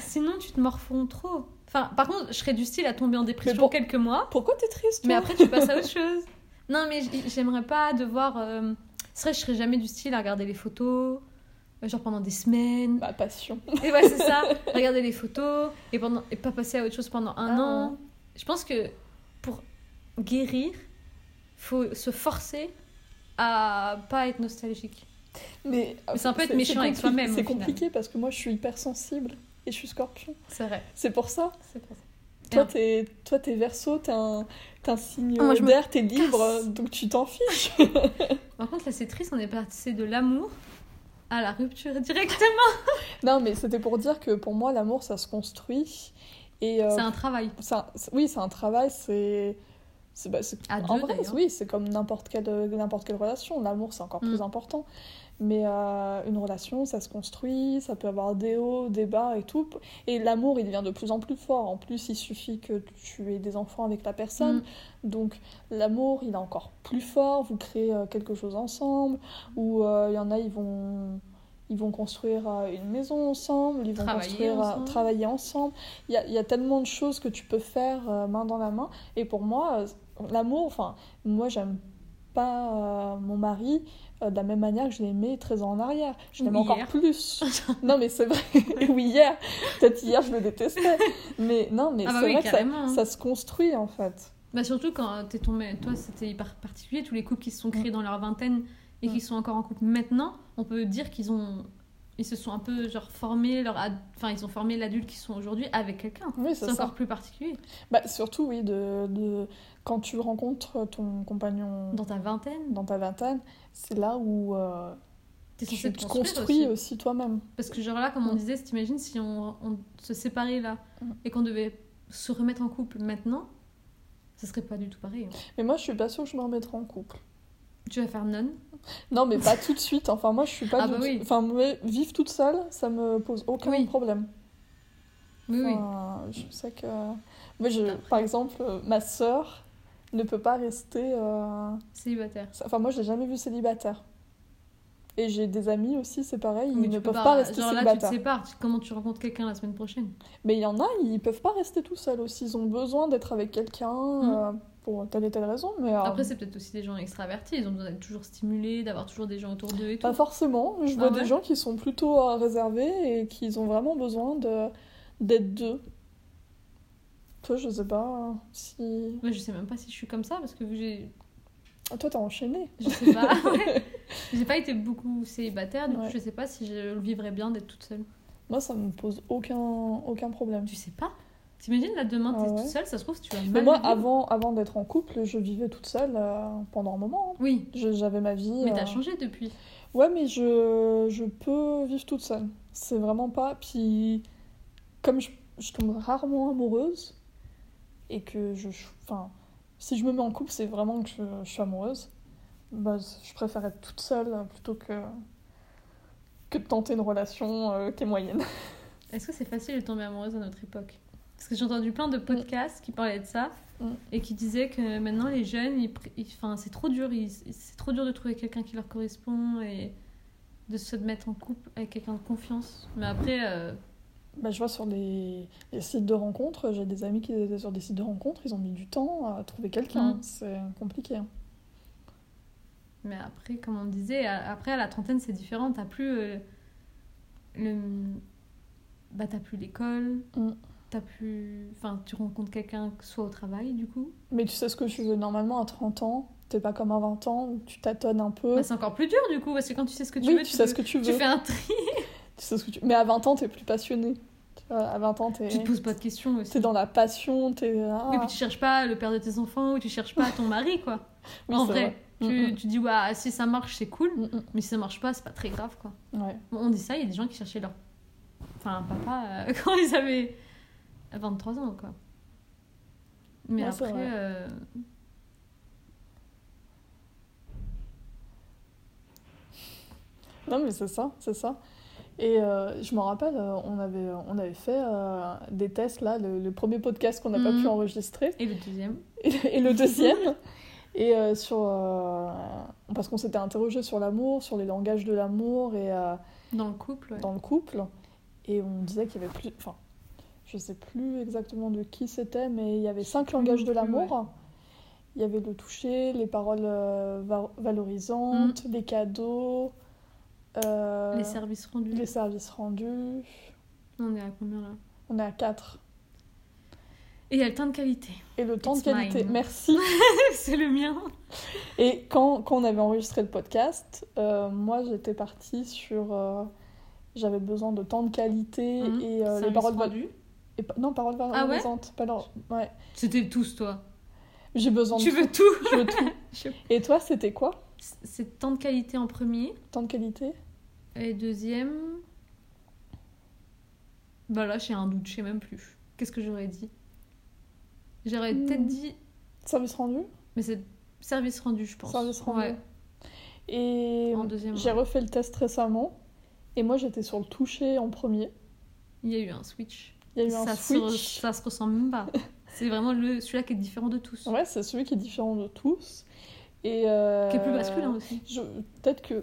Speaker 2: sinon, tu te morfonds trop. Enfin, par contre, je serais du style à tomber en dépression
Speaker 1: pour-
Speaker 2: quelques mois,
Speaker 1: Pourquoi t'es triste toi
Speaker 2: mais après, tu passes à autre chose. Non, mais j- j'aimerais pas devoir. euh, C'est vrai, je serais jamais du style à regarder les photos, euh, genre pendant des semaines.
Speaker 1: Ma passion.
Speaker 2: Et ouais, c'est ça. Regarder les photos et, pendant, et pas passer à autre chose pendant un
Speaker 1: Ah.
Speaker 2: an. Je pense que pour guérir, faut se forcer à pas être nostalgique.
Speaker 1: Mais,
Speaker 2: Mais ça peut être
Speaker 1: Ah, c'est-
Speaker 2: méchant
Speaker 1: c'est
Speaker 2: avec
Speaker 1: compli-
Speaker 2: soi-même, au
Speaker 1: C'est
Speaker 2: final.
Speaker 1: compliqué parce que moi je suis hyper sensible et je suis scorpion.
Speaker 2: C'est vrai.
Speaker 1: C'est pour ça.
Speaker 2: C'est pour ça.
Speaker 1: Toi
Speaker 2: Merde.
Speaker 1: t'es toi t'es verso t'es un t'es un signe
Speaker 2: Ah, moi, je me
Speaker 1: d'air t'es libre
Speaker 2: casse.
Speaker 1: donc tu t'en fiches.
Speaker 2: Par contre, là, c'est triste. On est passé de l'amour à la rupture directement.
Speaker 1: non mais c'était pour dire que pour moi l'amour ça se construit et euh,
Speaker 2: C'est un travail.
Speaker 1: Ça- c'est- oui, c'est un travail, c'est. c'est- bah, c'est-
Speaker 2: À
Speaker 1: en
Speaker 2: deux,
Speaker 1: vrai,
Speaker 2: d'ailleurs.
Speaker 1: oui, c'est comme n'importe quelle, n'importe quelle relation. L'amour, c'est encore
Speaker 2: Mm.
Speaker 1: plus important. Mais euh, une relation, ça se construit, ça peut avoir des hauts, des bas et tout. Et l'amour, il devient de plus en plus fort. En plus, il suffit que tu aies des enfants avec la
Speaker 2: Mm.
Speaker 1: personne. Donc, l'amour, il est encore plus fort. Vous créez euh, quelque chose ensemble. Ou euh, il y en a, ils vont. Ils vont construire euh, une maison ensemble, ils vont
Speaker 2: Travailler
Speaker 1: construire, euh,
Speaker 2: ensemble.
Speaker 1: travailler ensemble. Il y, a, il y a tellement de choses que tu peux faire euh, main dans la main. Et pour moi, euh, l'amour, enfin, moi, j'aime pas euh, mon mari euh, de la même manière que je l'aimais 13 ans en arrière. Je l'aime
Speaker 2: Ou
Speaker 1: encore
Speaker 2: hier.
Speaker 1: plus. non, mais c'est vrai. oui, hier. Peut-être hier, je le détestais. Mais non, mais
Speaker 2: Ah bah
Speaker 1: c'est
Speaker 2: oui,
Speaker 1: vrai que ça,
Speaker 2: carrément, hein.
Speaker 1: ça se construit, en fait.
Speaker 2: Bah surtout quand t'es tombé, toi c'était hyper particulier, tous les couples qui se sont
Speaker 1: Mm.
Speaker 2: créés dans leur vingtaine et qui sont encore en couple maintenant, on peut dire qu'ils ont, ils se sont un peu genre formés, leur ad- enfin ils ont formé l'adulte qu'ils sont aujourd'hui avec quelqu'un.
Speaker 1: Oui,
Speaker 2: C'est
Speaker 1: c'est ça.
Speaker 2: encore plus particulier.
Speaker 1: Bah, surtout, oui, de, de- quand tu rencontres ton compagnon
Speaker 2: Dans ta vingtaine,
Speaker 1: dans ta vingtaine, c'est là où euh,
Speaker 2: t'es
Speaker 1: tu
Speaker 2: censé te
Speaker 1: te
Speaker 2: construire
Speaker 1: construis
Speaker 2: aussi.
Speaker 1: aussi toi-même.
Speaker 2: Parce que genre là, comme on
Speaker 1: Mm.
Speaker 2: disait, si t'imagines si on, on se séparait là
Speaker 1: Mm.
Speaker 2: et qu'on devait se remettre en couple maintenant, ça serait pas du tout pareil. hein.
Speaker 1: Mais moi, je suis pas sûre que je me remettrai en couple.
Speaker 2: Tu vas faire non
Speaker 1: Non, mais pas tout de suite. Enfin, moi, je suis pas.
Speaker 2: Ah
Speaker 1: du
Speaker 2: bah
Speaker 1: tout-
Speaker 2: oui.
Speaker 1: Enfin, mais vivre toute seule, ça me pose aucun
Speaker 2: Oui.
Speaker 1: problème.
Speaker 2: Oui, oui.
Speaker 1: Enfin, Je sais que. Moi, je... par exemple, euh, ma sœur ne peut pas rester. euh,
Speaker 2: Célibataire.
Speaker 1: Enfin, moi, je l'ai jamais vue célibataire. Et j'ai des amis aussi, c'est pareil,
Speaker 2: Mais
Speaker 1: ils
Speaker 2: tu
Speaker 1: ne
Speaker 2: peux
Speaker 1: peuvent pas, rester
Speaker 2: Genre là, tu te
Speaker 1: célibataires.
Speaker 2: sépares. tu- Comment tu rencontres quelqu'un la semaine prochaine
Speaker 1: Mais il y en a, ils peuvent pas rester tout seuls aussi. Ils ont besoin d'être avec quelqu'un
Speaker 2: Mhm.
Speaker 1: euh, pour telle et telle raison. Mais euh,
Speaker 2: Après, c'est peut-être aussi des gens extravertis, ils ont besoin d'être toujours stimulés, d'avoir toujours des gens autour d'eux et tout.
Speaker 1: Pas forcément. Je
Speaker 2: Ah
Speaker 1: vois
Speaker 2: ouais
Speaker 1: des gens qui sont plutôt euh, réservés et qui ont vraiment besoin de d'être deux. Toi, je sais pas euh, si.
Speaker 2: Moi, je sais même pas si je suis comme ça parce que vu que j'ai.
Speaker 1: Ah, toi, t'as enchaîné.
Speaker 2: Je sais pas. ouais. J'ai pas été beaucoup célibataire, donc
Speaker 1: Ouais.
Speaker 2: je sais pas si je le vivrais bien d'être toute seule.
Speaker 1: Moi, ça me pose aucun, aucun problème.
Speaker 2: Tu sais pas T'imagines, là, demain, t'es
Speaker 1: Ah ouais.
Speaker 2: toute seule, ça se trouve, tu vas
Speaker 1: Mais
Speaker 2: mal.
Speaker 1: moi,
Speaker 2: le vivre.
Speaker 1: avant, avant d'être en couple, je vivais toute seule euh, pendant un moment. hein.
Speaker 2: Oui,
Speaker 1: Je- J'avais ma vie.
Speaker 2: mais t'as
Speaker 1: euh,
Speaker 2: changé depuis.
Speaker 1: Ouais, mais je, je peux vivre toute seule. C'est vraiment pas. Puis, comme je, je tombe rarement amoureuse, et que je. je- Enfin, si je me mets en couple, c'est vraiment que je, je suis amoureuse. Bah, c- je préfère être toute seule euh, plutôt que. que de tenter une relation euh, qui est moyenne.
Speaker 2: Est-ce que c'est facile de tomber amoureuse à notre époque Parce que j'ai entendu plein de podcasts qui parlaient de ça
Speaker 1: Mm.
Speaker 2: et qui disaient que maintenant les jeunes, ils pr- ils- enfin, c'est trop dur, ils- c'est trop dur de trouver quelqu'un qui leur correspond et de se mettre en couple avec quelqu'un de confiance. Mais après, euh,
Speaker 1: Bah, je vois sur les, les sites de rencontres, j'ai des amis qui étaient sur des sites de rencontres, ils ont mis du temps à trouver quelqu'un.
Speaker 2: Mm.
Speaker 1: C'est compliqué. hein.
Speaker 2: mais après, comme on disait, à- après à la trentaine c'est différent. T'as plus euh, le, bah t'as plus l'école,
Speaker 1: Mm.
Speaker 2: t'as plus, enfin, tu rencontres quelqu'un soit au travail du coup.
Speaker 1: Mais tu sais ce que tu veux. Normalement, à 30 ans, t'es pas comme à 20 ans, où tu tâtonnes un peu.
Speaker 2: Bah, c'est encore plus dur du coup parce que quand tu sais ce que tu
Speaker 1: oui,
Speaker 2: veux,
Speaker 1: tu, sais
Speaker 2: peux-
Speaker 1: ce que tu veux.
Speaker 2: tu fais un tri.
Speaker 1: Tu sais ce que tu- Mais à 20 ans, t'es plus passionné. Tu vois, à 20 ans, t'es
Speaker 2: Tu te poses pas de questions aussi.
Speaker 1: t'es dans la passion, t'es. Ah,
Speaker 2: Et puis tu cherches pas le père de tes enfants ou tu cherches pas ton mari, quoi.
Speaker 1: oui,
Speaker 2: en
Speaker 1: c'est
Speaker 2: vrai, tu,
Speaker 1: Mm,
Speaker 2: tu dis, ouais, ah, si ça marche, c'est cool,
Speaker 1: Mm,
Speaker 2: mais si ça marche pas, c'est pas très grave, quoi.
Speaker 1: mm. Ouais.
Speaker 2: Bon, on dit ça, il y a des gens qui cherchaient leur. Enfin, papa, euh, quand ils avaient 23 ans, quoi. Mais
Speaker 1: Ouais, c'est
Speaker 2: après.
Speaker 1: vrai.
Speaker 2: euh,
Speaker 1: Non, mais c'est ça, c'est ça. Et euh, je me rappelle, euh, on avait, on avait fait euh, des tests, là, le, le premier podcast qu'on n'a pas
Speaker 2: Mhm.
Speaker 1: pu enregistrer,
Speaker 2: Et le deuxième.
Speaker 1: et, et le deuxième. Et euh, sur. euh, Parce qu'on s'était interrogé sur l'amour, sur les langages de l'amour, et. euh,
Speaker 2: Dans le couple, ouais.
Speaker 1: dans le couple et on disait qu'il y avait plus enfin je sais plus exactement de qui c'était mais il y avait cinq langages de
Speaker 2: non plus,
Speaker 1: l'amour il y avait le toucher les paroles euh, va- valorisantes les cadeaux euh,
Speaker 2: Mm. Les services rendus.
Speaker 1: les services rendus
Speaker 2: On est à combien là
Speaker 1: on est à quatre
Speaker 2: Et il y a le temps de qualité.
Speaker 1: et le temps
Speaker 2: It's
Speaker 1: de qualité
Speaker 2: mine.
Speaker 1: merci
Speaker 2: c'est le mien.
Speaker 1: et quand, quand on avait enregistré le podcast euh, moi j'étais partie sur euh, j'avais besoin de temps de qualité
Speaker 2: Mhm.
Speaker 1: et euh, les
Speaker 2: Services
Speaker 1: paroles val-
Speaker 2: rendus. Ah
Speaker 1: et pa- non paroles
Speaker 2: ouais
Speaker 1: valorisantes pas leur- ouais
Speaker 2: C'était tous, toi.
Speaker 1: j'ai besoin de
Speaker 2: Tu veux tout
Speaker 1: Je veux tout.
Speaker 2: Je-
Speaker 1: Et toi, c'était quoi
Speaker 2: C'est temps de qualité en premier.
Speaker 1: Temps de qualité
Speaker 2: Et deuxième. Bah là, j'ai un doute, je sais même plus. Qu'est-ce que j'aurais dit J'aurais
Speaker 1: Hmm.
Speaker 2: peut-être dit.
Speaker 1: Service rendu
Speaker 2: Mais c'est service rendu, je pense.
Speaker 1: Service rendu.
Speaker 2: Ouais.
Speaker 1: Et
Speaker 2: En deuxième,
Speaker 1: j'ai
Speaker 2: ouais.
Speaker 1: refait le test récemment. Et moi, j'étais sur le toucher en premier.
Speaker 2: Il y a eu un switch.
Speaker 1: Il y a eu
Speaker 2: ça,
Speaker 1: un
Speaker 2: se re-
Speaker 1: switch.
Speaker 2: ça se ressemble même pas. c'est vraiment le... celui-là qui est différent de tous.
Speaker 1: Ouais, c'est celui qui est différent de tous. Et euh,
Speaker 2: Qui est plus masculin aussi.
Speaker 1: je- Peut-être que.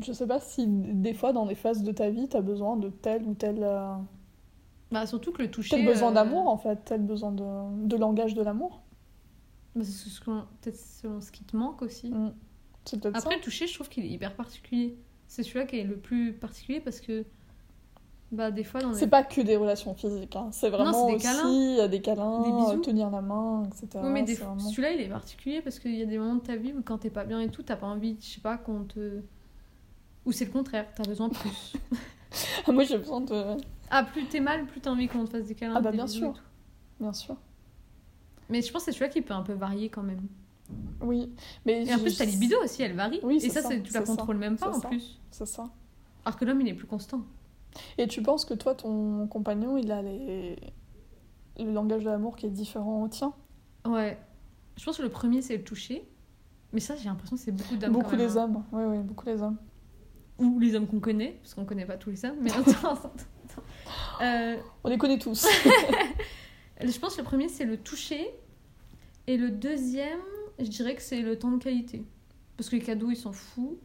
Speaker 1: Je sais pas si des fois, dans des phases de ta vie, t'as besoin de tel ou tel. euh,
Speaker 2: Bah surtout que le toucher.
Speaker 1: Tel besoin
Speaker 2: euh,
Speaker 1: d'amour, en fait. Tel besoin de, de langage de l'amour.
Speaker 2: bah, c'est ce qu'on- peut-être selon ce qui te manque aussi.
Speaker 1: Mm. C'est peut-être ça.
Speaker 2: Après, le toucher, je trouve qu'il est hyper particulier. C'est celui-là qui est le plus particulier parce que. Bah des fois, dans les
Speaker 1: C'est pas que des relations physiques, hein. c'est vraiment
Speaker 2: c'est des
Speaker 1: aussi
Speaker 2: câlins.
Speaker 1: euh, des câlins,
Speaker 2: Des
Speaker 1: euh,
Speaker 2: bisous.
Speaker 1: tenir la main, etc.
Speaker 2: Oui, mais des
Speaker 1: C'est
Speaker 2: fois-
Speaker 1: vraiment-
Speaker 2: celui-là, il est particulier parce qu'il y a des moments de ta vie où quand t'es pas bien et tout, t'as pas envie, je sais pas, qu'on te. Ou c'est le contraire, t'as besoin de plus.
Speaker 1: Ah, moi j'ai besoin de.
Speaker 2: ah, plus t'es mal, plus t'as envie qu'on te fasse des câlins.
Speaker 1: Ah bah,
Speaker 2: des
Speaker 1: bien
Speaker 2: bisous
Speaker 1: sûr.
Speaker 2: et tout.
Speaker 1: Bien sûr.
Speaker 2: Mais je pense que c'est celui-là qui peut un peu varier quand même.
Speaker 1: Oui, mais.
Speaker 2: Et en
Speaker 1: je-
Speaker 2: plus, ta libido aussi, elle varie.
Speaker 1: Oui,
Speaker 2: et
Speaker 1: c'est
Speaker 2: ça,
Speaker 1: ça,
Speaker 2: c'est- tu la
Speaker 1: c'est ça,
Speaker 2: contrôles même pas
Speaker 1: c'est
Speaker 2: en
Speaker 1: ça.
Speaker 2: plus.
Speaker 1: C'est ça.
Speaker 2: Alors que l'homme, il est plus constant.
Speaker 1: Et tu penses que toi, ton compagnon, il a les... le langage de l'amour qui est différent au tien
Speaker 2: Ouais. Je pense que le premier, c'est le toucher. Mais ça, j'ai l'impression que c'est beaucoup d'hommes.
Speaker 1: Beaucoup
Speaker 2: quand même,
Speaker 1: les
Speaker 2: hein.
Speaker 1: hommes, oui, oui, beaucoup les hommes.
Speaker 2: Ou les hommes qu'on connaît, parce qu'on connaît pas tous les hommes. Mais attends, attends, attends. Euh,
Speaker 1: On les connaît tous.
Speaker 2: Je pense que le premier, c'est le toucher. Et le deuxième, je dirais que c'est le temps de qualité. Parce que les cadeaux, ils s'en foutent.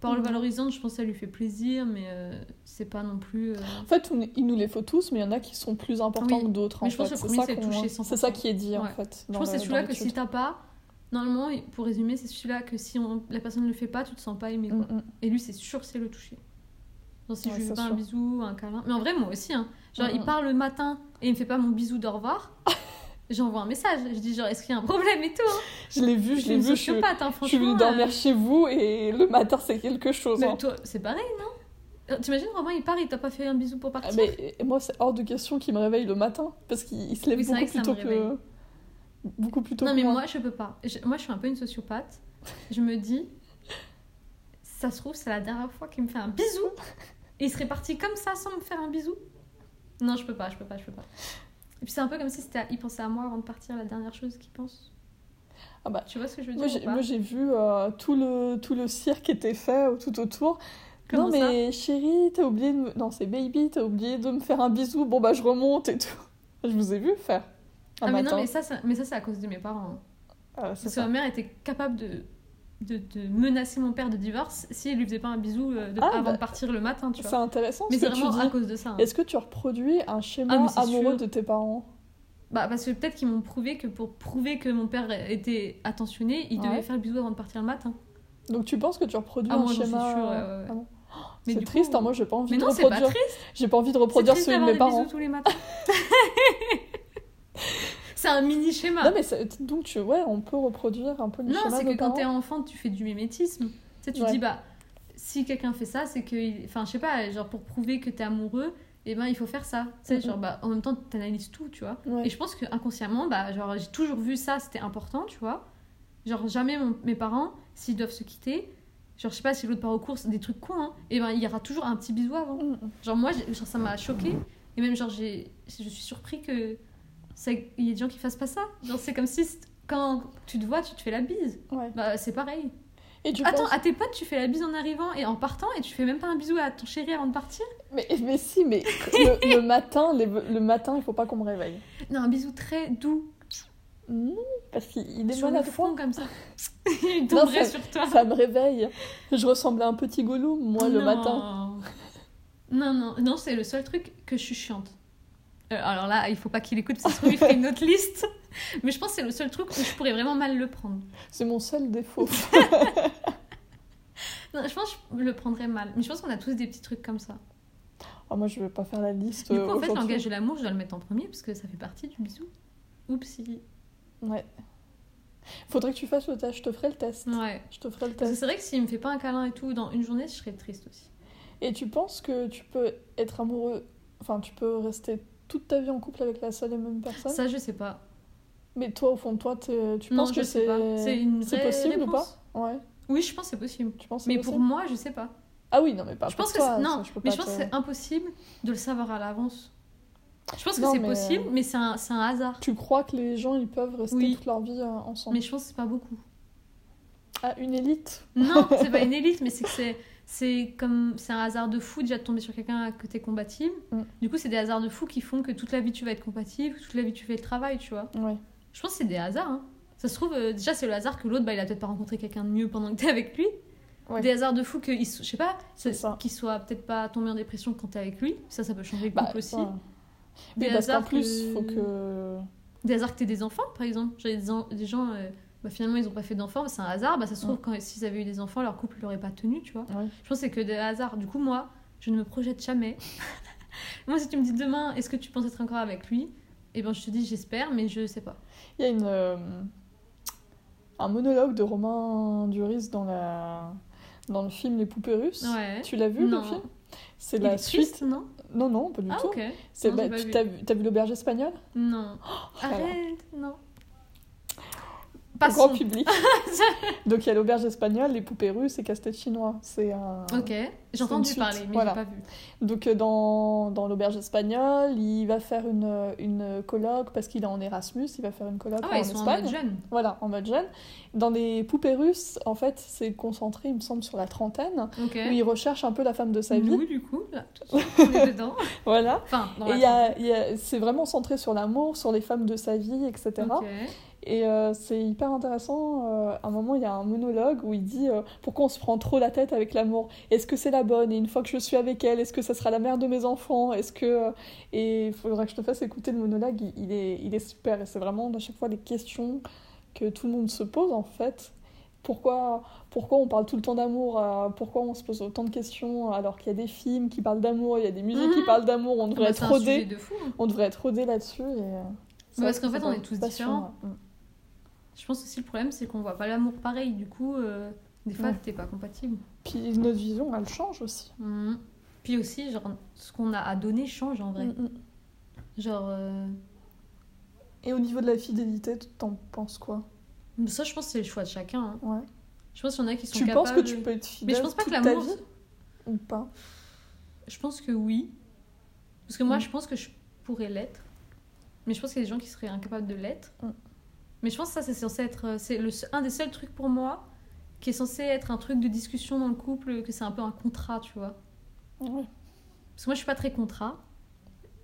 Speaker 2: Parole
Speaker 1: Mhm.
Speaker 2: valorisante, je pense que ça lui fait plaisir, mais euh, c'est pas non plus. euh,
Speaker 1: en fait, on- il nous les faut tous, mais il y en a qui sont plus importants
Speaker 2: Oui.
Speaker 1: que d'autres. en
Speaker 2: Mais je pense
Speaker 1: fait.
Speaker 2: que le premier,
Speaker 1: ça
Speaker 2: c'est le
Speaker 1: qu'on-
Speaker 2: toucher
Speaker 1: C'est ça
Speaker 2: 100%.
Speaker 1: qui est dit, en
Speaker 2: Ouais.
Speaker 1: fait.
Speaker 2: Je
Speaker 1: dans
Speaker 2: pense que
Speaker 1: le-
Speaker 2: c'est celui-là
Speaker 1: dans
Speaker 2: que si
Speaker 1: l'étude.
Speaker 2: t'as pas. Normalement, pour résumer, c'est celui-là que si on- la personne ne le fait pas, tu te sens pas aimé. quoi.
Speaker 1: Mm, mm.
Speaker 2: Et lui, c'est sûr, c'est le toucher. Genre, si
Speaker 1: Ouais,
Speaker 2: je lui fais
Speaker 1: c'est
Speaker 2: pas un
Speaker 1: sûr.
Speaker 2: bisou, un câlin. Mais en vrai, moi aussi. Hein. Genre, il
Speaker 1: Mhm.
Speaker 2: part le matin et il me fait pas mon bisou d'au revoir. J'envoie un message. Je dis, genre, est-ce qu'il y a un problème et tout hein.
Speaker 1: Je l'ai vu, je l'ai
Speaker 2: une
Speaker 1: vu, je suis
Speaker 2: sociopathe, hein,
Speaker 1: Je suis
Speaker 2: franchement,
Speaker 1: venue
Speaker 2: euh.
Speaker 1: dormir chez vous et le matin c'est quelque chose.
Speaker 2: Mais
Speaker 1: hein.
Speaker 2: toi, c'est pareil, non Euh, T'imagines, Romain, il part, il t'a pas fait un bisou pour
Speaker 1: Ah,
Speaker 2: partir.
Speaker 1: mais moi, c'est hors de question qu'il me réveille le matin parce qu'il il se lève
Speaker 2: Oui, c'est vrai
Speaker 1: beaucoup
Speaker 2: que ça
Speaker 1: plus tôt
Speaker 2: me réveille.
Speaker 1: que. Beaucoup plus tôt
Speaker 2: non,
Speaker 1: que
Speaker 2: mais moi, je peux pas. Je- moi, je suis un peu une sociopathe. Je me dis, ça se trouve, c'est la dernière fois qu'il me fait un bisou. Et il serait parti comme ça sans me faire un bisou. Non, je peux pas, je peux pas, je peux pas. Et puis c'est un peu comme si c'était à- il pensait à moi avant de partir, la dernière chose qu'il pense.
Speaker 1: Ah bah,
Speaker 2: Tu vois ce que je veux
Speaker 1: Moi,
Speaker 2: dire
Speaker 1: j'ai-
Speaker 2: ou pas
Speaker 1: Moi j'ai vu euh, tout, le, tout le cirque était fait euh, tout autour.
Speaker 2: Comment
Speaker 1: non
Speaker 2: ça
Speaker 1: mais chérie, t'as oublié de me... Non c'est baby, t'as oublié de me faire un bisou, bon bah je remonte et tout. Je vous ai vu faire un
Speaker 2: Ah, mais non,
Speaker 1: matin.
Speaker 2: mais ça, c'est- mais ça, c'est à cause de mes parents.
Speaker 1: Ah, c'est
Speaker 2: Parce que ma
Speaker 1: ça.
Speaker 2: mère était capable de, de, de menacer mon père de divorce si elle lui faisait pas un bisou euh, de-
Speaker 1: Ah,
Speaker 2: avant
Speaker 1: bah,
Speaker 2: de partir le matin, tu
Speaker 1: C'est
Speaker 2: vois.
Speaker 1: intéressant
Speaker 2: Mais
Speaker 1: ce
Speaker 2: c'est
Speaker 1: que tu
Speaker 2: vraiment à
Speaker 1: dis.
Speaker 2: cause de ça. hein.
Speaker 1: Est-ce que tu reproduis un
Speaker 2: Ah,
Speaker 1: schéma
Speaker 2: mais c'est
Speaker 1: amoureux
Speaker 2: sûr.
Speaker 1: de tes parents
Speaker 2: Bah, parce que peut-être qu'ils m'ont prouvé que pour prouver que mon père était attentionné, il devait
Speaker 1: Ouais.
Speaker 2: faire le bisou avant de partir le matin.
Speaker 1: Donc tu penses que tu reproduis
Speaker 2: Ah,
Speaker 1: un
Speaker 2: moi, j'en suis
Speaker 1: schéma
Speaker 2: sûre, ouais,
Speaker 1: euh,
Speaker 2: ouais, ouais.
Speaker 1: ah bon.
Speaker 2: Mais
Speaker 1: C'est
Speaker 2: du
Speaker 1: triste,
Speaker 2: coup-
Speaker 1: hein, moi j'ai pas envie
Speaker 2: Mais
Speaker 1: de
Speaker 2: non, c'est pas
Speaker 1: reproduire.
Speaker 2: triste.
Speaker 1: J'ai pas envie de
Speaker 2: C'est
Speaker 1: reproduire
Speaker 2: triste
Speaker 1: celui de
Speaker 2: d'avoir
Speaker 1: mes
Speaker 2: des
Speaker 1: parents.
Speaker 2: bisous tous les matins. c'est un mini schéma.
Speaker 1: Non mais c'est- donc tu ouais, on peut reproduire un peu le
Speaker 2: Non,
Speaker 1: schéma
Speaker 2: c'est
Speaker 1: de
Speaker 2: que quand
Speaker 1: parents.
Speaker 2: t'es enfant, tu fais du mimétisme. Tu sais, tu
Speaker 1: Ouais.
Speaker 2: dis, bah, si quelqu'un fait ça, c'est que. il- Enfin, je sais pas, genre pour prouver que t'es amoureux, eh ben, il faut faire ça. Tu sais,
Speaker 1: Mhm.
Speaker 2: genre, bah, en même temps, t'analyses tout, tu vois.
Speaker 1: Ouais.
Speaker 2: Et je pense que inconsciemment, bah, genre, j'ai toujours vu ça, c'était important, tu vois. Genre, jamais mon- mes parents, s'ils doivent se quitter, genre, je sais pas, si l'autre part aux courses, des trucs cons, hein, et ben, il y aura toujours un petit bisou avant.
Speaker 1: Mm.
Speaker 2: Genre, moi, j'ai- genre, ça m'a choqué. Et même, genre, j'ai, je suis surpris que ça- il y ait des gens qui fassent pas ça. Genre, c'est comme si c't- quand tu te vois, tu te fais la bise.
Speaker 1: Ouais.
Speaker 2: Bah, c'est pareil.
Speaker 1: Et tu
Speaker 2: Attends,
Speaker 1: penses-
Speaker 2: à tes potes, tu fais la bise en arrivant et en partant, et tu fais même pas un bisou à ton chéri avant de partir.
Speaker 1: Mais, mais si, mais le, le matin, les- le matin, il faut pas qu'on me réveille.
Speaker 2: Non, un bisou très doux.
Speaker 1: Non, parce qu'il est
Speaker 2: sur
Speaker 1: mal à
Speaker 2: le
Speaker 1: fond.
Speaker 2: front, comme ça. il tomberait
Speaker 1: ça-
Speaker 2: sur toi.
Speaker 1: Ça me réveille. Je ressemble à un petit gollum, moi, le
Speaker 2: Non.
Speaker 1: matin.
Speaker 2: Non, non, non, c'est le seul truc que je suis chiante. Euh, alors là, il faut pas qu'il écoute, parce que il ferait une autre liste. Mais je pense que c'est le seul truc où je pourrais vraiment mal le prendre.
Speaker 1: C'est mon seul défaut.
Speaker 2: Non, je pense que je le prendrais mal. Mais je pense qu'on a tous des petits trucs comme ça.
Speaker 1: Ah, moi, je vais pas faire la liste
Speaker 2: Du
Speaker 1: euh,
Speaker 2: coup, en fait,
Speaker 1: aujourd'hui.
Speaker 2: langage de l'amour, je dois le mettre en premier parce que ça fait partie du bisou. Oupsie.
Speaker 1: Ouais. Faudrait que tu fasses le test. Je te ferai le test.
Speaker 2: Ouais.
Speaker 1: Je te ferai le
Speaker 2: Parce que
Speaker 1: test.
Speaker 2: c'est vrai que s'il me fait pas un câlin et tout dans une journée, je serais triste aussi.
Speaker 1: Et tu penses que tu peux être amoureux... Enfin, tu peux rester toute ta vie en couple avec la seule et même personne
Speaker 2: Ça, je sais pas.
Speaker 1: Mais toi, au fond de toi, t'es- tu
Speaker 2: non,
Speaker 1: penses
Speaker 2: je
Speaker 1: que
Speaker 2: sais
Speaker 1: c'est...
Speaker 2: pas. C'est une
Speaker 1: c'est
Speaker 2: vraie
Speaker 1: possible ou
Speaker 2: réponse.
Speaker 1: pas Ouais.
Speaker 2: Oui, je pense que c'est possible.
Speaker 1: Tu penses que
Speaker 2: Mais
Speaker 1: c'est
Speaker 2: pour
Speaker 1: possible
Speaker 2: moi, je sais pas.
Speaker 1: Ah oui, non, mais pas
Speaker 2: je
Speaker 1: pour
Speaker 2: pense que
Speaker 1: toi,
Speaker 2: c'est- non,
Speaker 1: ça, peux
Speaker 2: mais
Speaker 1: pas
Speaker 2: je pense
Speaker 1: te-
Speaker 2: que c'est impossible de le savoir à l'avance. Je pense que
Speaker 1: Non,
Speaker 2: c'est
Speaker 1: mais- euh,
Speaker 2: possible, mais c'est un, c'est un hasard.
Speaker 1: Tu crois que les gens ils peuvent rester
Speaker 2: Oui.
Speaker 1: toute leur vie euh, ensemble
Speaker 2: Mais je pense que c'est pas beaucoup.
Speaker 1: Ah, une élite
Speaker 2: Non, c'est pas une élite, mais c'est que c'est c'est comme c'est un hasard de fou déjà de tomber sur quelqu'un que t'es compatible.
Speaker 1: Mm.
Speaker 2: Du coup, c'est des hasards de fou qui font que toute la vie tu vas être compatible, que toute la vie tu fais le travail, tu vois.
Speaker 1: Ouais.
Speaker 2: Je pense que c'est des hasards. hein. Ça se trouve, euh, déjà c'est le hasard que l'autre, bah, il a peut-être pas rencontré quelqu'un de mieux pendant que t'es avec lui.
Speaker 1: Ouais.
Speaker 2: Des hasards de fou que, il se- je sais pas,
Speaker 1: C'est ça.
Speaker 2: qu'il soit peut-être pas tombé en dépression quand t'es avec lui. Ça, ça peut changer le
Speaker 1: Bah,
Speaker 2: couple aussi.
Speaker 1: ouais.
Speaker 2: Des
Speaker 1: Oui, parce qu'en
Speaker 2: hasards
Speaker 1: plus,
Speaker 2: que-
Speaker 1: faut que.
Speaker 2: Des hasards que t'aies des enfants, par exemple. J'avais des, en- des gens, euh, bah, finalement, ils ont pas fait d'enfants, bah, c'est un hasard. Bah, ça se trouve, quand s'ils avaient eu des enfants, leur couple l'aurait pas tenu, tu vois.
Speaker 1: Ouais.
Speaker 2: Je pense que c'est que des hasards. Du coup, moi, je ne me projette jamais. moi, si tu me dis demain, est-ce que tu penses être encore avec lui Eh ben, je te dis, j'espère, mais je sais pas.
Speaker 1: Il y a une, euh, un monologue de Romain Duris dans, la... dans le film Les Poupées Russes.
Speaker 2: Ouais.
Speaker 1: Tu l'as vu
Speaker 2: Non.
Speaker 1: le film C'est
Speaker 2: Il est
Speaker 1: la suite.
Speaker 2: triste, non
Speaker 1: Non, non, pas du
Speaker 2: Ah,
Speaker 1: tout.
Speaker 2: ok.
Speaker 1: C'est
Speaker 2: Non,
Speaker 1: bah,
Speaker 2: j'ai pas
Speaker 1: tu
Speaker 2: vu.
Speaker 1: t'as vu, t'as vu l'auberge espagnole
Speaker 2: Non.
Speaker 1: Oh, là là.
Speaker 2: Arrête, non.
Speaker 1: Au grand
Speaker 2: Passons.
Speaker 1: public. Donc il y a l'auberge espagnole, les poupées russes et casse-tête chinois. C'est un.
Speaker 2: Ok, j'ai entendu
Speaker 1: suite,
Speaker 2: parler, mais
Speaker 1: voilà.
Speaker 2: j'ai pas vu.
Speaker 1: Donc euh, dans, dans l'auberge espagnole, il va faire une, euh, une colloque parce qu'il est en Erasmus, il va faire une colloque
Speaker 2: Ah
Speaker 1: en
Speaker 2: ouais, ils sont en
Speaker 1: Espagne.
Speaker 2: mode jeune.
Speaker 1: voilà, en mode jeune. Dans les poupées russes, en fait, c'est concentré, il me semble, sur la trentaine,
Speaker 2: Ok.
Speaker 1: où il recherche un peu la femme de sa vie.
Speaker 2: Nous, du coup, là, tout de suite, on est dedans.
Speaker 1: Voilà.
Speaker 2: Enfin, dans
Speaker 1: Et
Speaker 2: la
Speaker 1: il y a- il y a- c'est vraiment centré sur l'amour, sur les femmes de sa vie, etc.
Speaker 2: Ok.
Speaker 1: Et euh, c'est hyper intéressant. euh, à un moment, il y a un monologue où il dit euh, Pourquoi on se prend trop la tête avec l'amour Est-ce que c'est la bonne Et une fois que je suis avec elle, est-ce que ça sera la mère de mes enfants Est-ce que. euh, Et il faudra que je te fasse écouter le monologue. Il, il est, il est super. Et c'est vraiment à chaque fois des questions que tout le monde se pose en fait. Pourquoi, pourquoi on parle tout le temps d'amour euh, Pourquoi on se pose autant de questions alors qu'il y a des films qui parlent d'amour, il y a des musiques qui
Speaker 2: Mhm.
Speaker 1: parlent d'amour On
Speaker 2: Ah
Speaker 1: devrait
Speaker 2: bah, C'est
Speaker 1: être
Speaker 2: un sujet
Speaker 1: rodé.
Speaker 2: de fou. hein.
Speaker 1: On devrait être rodé là-dessus. et, euh, c'est
Speaker 2: parce
Speaker 1: vrai
Speaker 2: qu'en
Speaker 1: que
Speaker 2: fait,
Speaker 1: c'est
Speaker 2: on
Speaker 1: pas-
Speaker 2: est tous
Speaker 1: passionnant.
Speaker 2: différents.
Speaker 1: Mm.
Speaker 2: Je pense aussi le problème, c'est qu'on voit pas l'amour pareil. Du coup, euh, des fois,
Speaker 1: Ouais.
Speaker 2: t'es pas compatible.
Speaker 1: Puis notre vision, elle change aussi.
Speaker 2: Mhm. Puis aussi, genre, ce qu'on a à donner change en vrai.
Speaker 1: Mm, mm.
Speaker 2: Genre, euh,
Speaker 1: Et au niveau de la fidélité, t'en penses quoi
Speaker 2: ça, je pense que c'est le choix de chacun. hein.
Speaker 1: Ouais.
Speaker 2: Je pense qu'il y en a qui sont
Speaker 1: Tu
Speaker 2: capables.
Speaker 1: penses que tu peux être fidèle
Speaker 2: Mais je pense pas que
Speaker 1: toute ta
Speaker 2: l'amour.
Speaker 1: vie ou pas
Speaker 2: Je pense que oui. Parce que moi,
Speaker 1: Mm.
Speaker 2: je pense que je pourrais l'être. Mais je pense qu'il y a des gens qui seraient incapables de l'être.
Speaker 1: Mm.
Speaker 2: Mais je pense que ça, c'est censé être. euh, C'est le, se- un des seuls trucs pour moi qui est censé être un truc de discussion dans le couple, que c'est un peu un contrat, tu vois.
Speaker 1: Ouais.
Speaker 2: Parce que moi, je suis pas très contrat.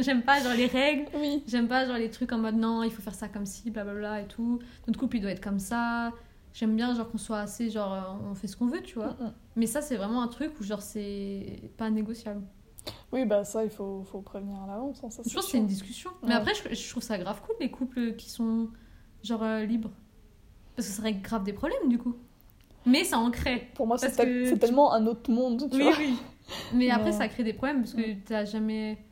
Speaker 2: J'aime pas genre les règles.
Speaker 1: Oui.
Speaker 2: J'aime pas genre les trucs en mode non, il faut faire ça comme ci, blablabla et tout. Notre couple, il doit être comme ça. J'aime bien genre qu'on soit assez genre euh, on fait ce qu'on veut, tu vois.
Speaker 1: Mm, mm.
Speaker 2: Mais ça, c'est vraiment un truc où genre c'est pas négociable.
Speaker 1: Oui, bah ça, il faut, faut prévenir à l'avance. hein, ça,
Speaker 2: Je pense que
Speaker 1: sûr.
Speaker 2: c'est une discussion. Mais
Speaker 1: Ouais.
Speaker 2: après, je, je trouve ça grave cool les couples qui sont genre euh, libres. Parce que ça règle grave des problèmes du coup. Mais ça en crée.
Speaker 1: Pour moi, c'est
Speaker 2: parce
Speaker 1: tel-
Speaker 2: que
Speaker 1: c'est
Speaker 2: tu-
Speaker 1: tellement un autre monde, tu vois.
Speaker 2: oui. Mais après,
Speaker 1: Mais-
Speaker 2: ça crée des problèmes parce que t'as jamais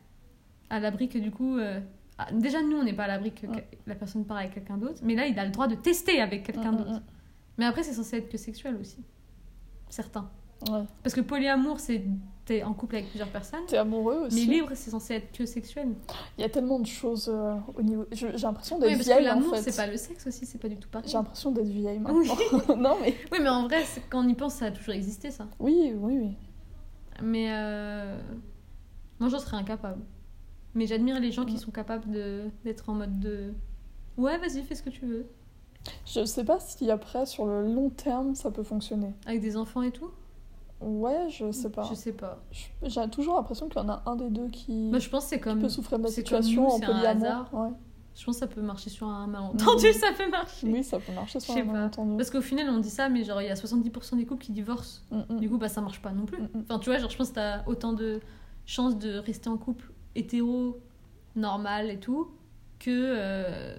Speaker 2: à l'abri que du coup. euh, ah, Déjà, nous, on n'est pas à l'abri que que-
Speaker 1: Ouais.
Speaker 2: la personne part avec quelqu'un d'autre. Mais là, il a le droit de tester avec quelqu'un
Speaker 1: Mm,
Speaker 2: d'autre. Mais après, c'est censé être que sexuel aussi. Certains.
Speaker 1: mm, mm. Ouais.
Speaker 2: Parce que polyamour, c'est t'es en couple avec plusieurs personnes.
Speaker 1: T'es amoureux
Speaker 2: Mais
Speaker 1: aussi. Bah,
Speaker 2: libre, c'est censé être que sexuel.
Speaker 1: Il y a tellement de choses euh, au niveau. je- J'ai l'impression
Speaker 2: Oui,
Speaker 1: d'être
Speaker 2: parce que
Speaker 1: vieille en
Speaker 2: l'amour,
Speaker 1: fait.
Speaker 2: c'est pas le sexe aussi, c'est pas du tout pareil.
Speaker 1: J'ai l'impression d'être vieille maintenant.
Speaker 2: Oui.
Speaker 1: non mais.
Speaker 2: Oui, mais en vrai, c'est- quand on y pense, ça a toujours existé, ça.
Speaker 1: Oui, oui, oui.
Speaker 2: Mais euh, moi, j'en serais incapable. Mais j'admire les gens qui sont capables de- d'être en mode de... Ouais, vas-y, fais ce que tu veux.
Speaker 1: Je sais pas si après, sur le long terme, ça peut fonctionner.
Speaker 2: Avec des enfants et tout
Speaker 1: Ouais, je sais pas.
Speaker 2: Je sais pas.
Speaker 1: Je- J'ai toujours l'impression qu'il y en a un des deux qui,
Speaker 2: Moi, je pense que c'est
Speaker 1: qui
Speaker 2: comme...
Speaker 1: peut souffrir de la
Speaker 2: c'est comme
Speaker 1: situation
Speaker 2: nous,
Speaker 1: en
Speaker 2: c'est un
Speaker 1: polyamour.
Speaker 2: hasard.
Speaker 1: Ouais.
Speaker 2: Je pense que ça peut marcher sur un malentendu, ça peut marcher.
Speaker 1: Oui, ça peut marcher
Speaker 2: Je
Speaker 1: sur
Speaker 2: sais
Speaker 1: un
Speaker 2: pas.
Speaker 1: malentendu.
Speaker 2: Parce qu'au final, on dit ça, mais genre, il y a 70% des couples qui divorcent.
Speaker 1: Mm, mm.
Speaker 2: Du coup, bah, ça marche pas non plus.
Speaker 1: Mm, mm.
Speaker 2: Enfin, tu vois, genre, je pense que t'as autant de chances de rester en couple hétéro, normal et tout, que euh,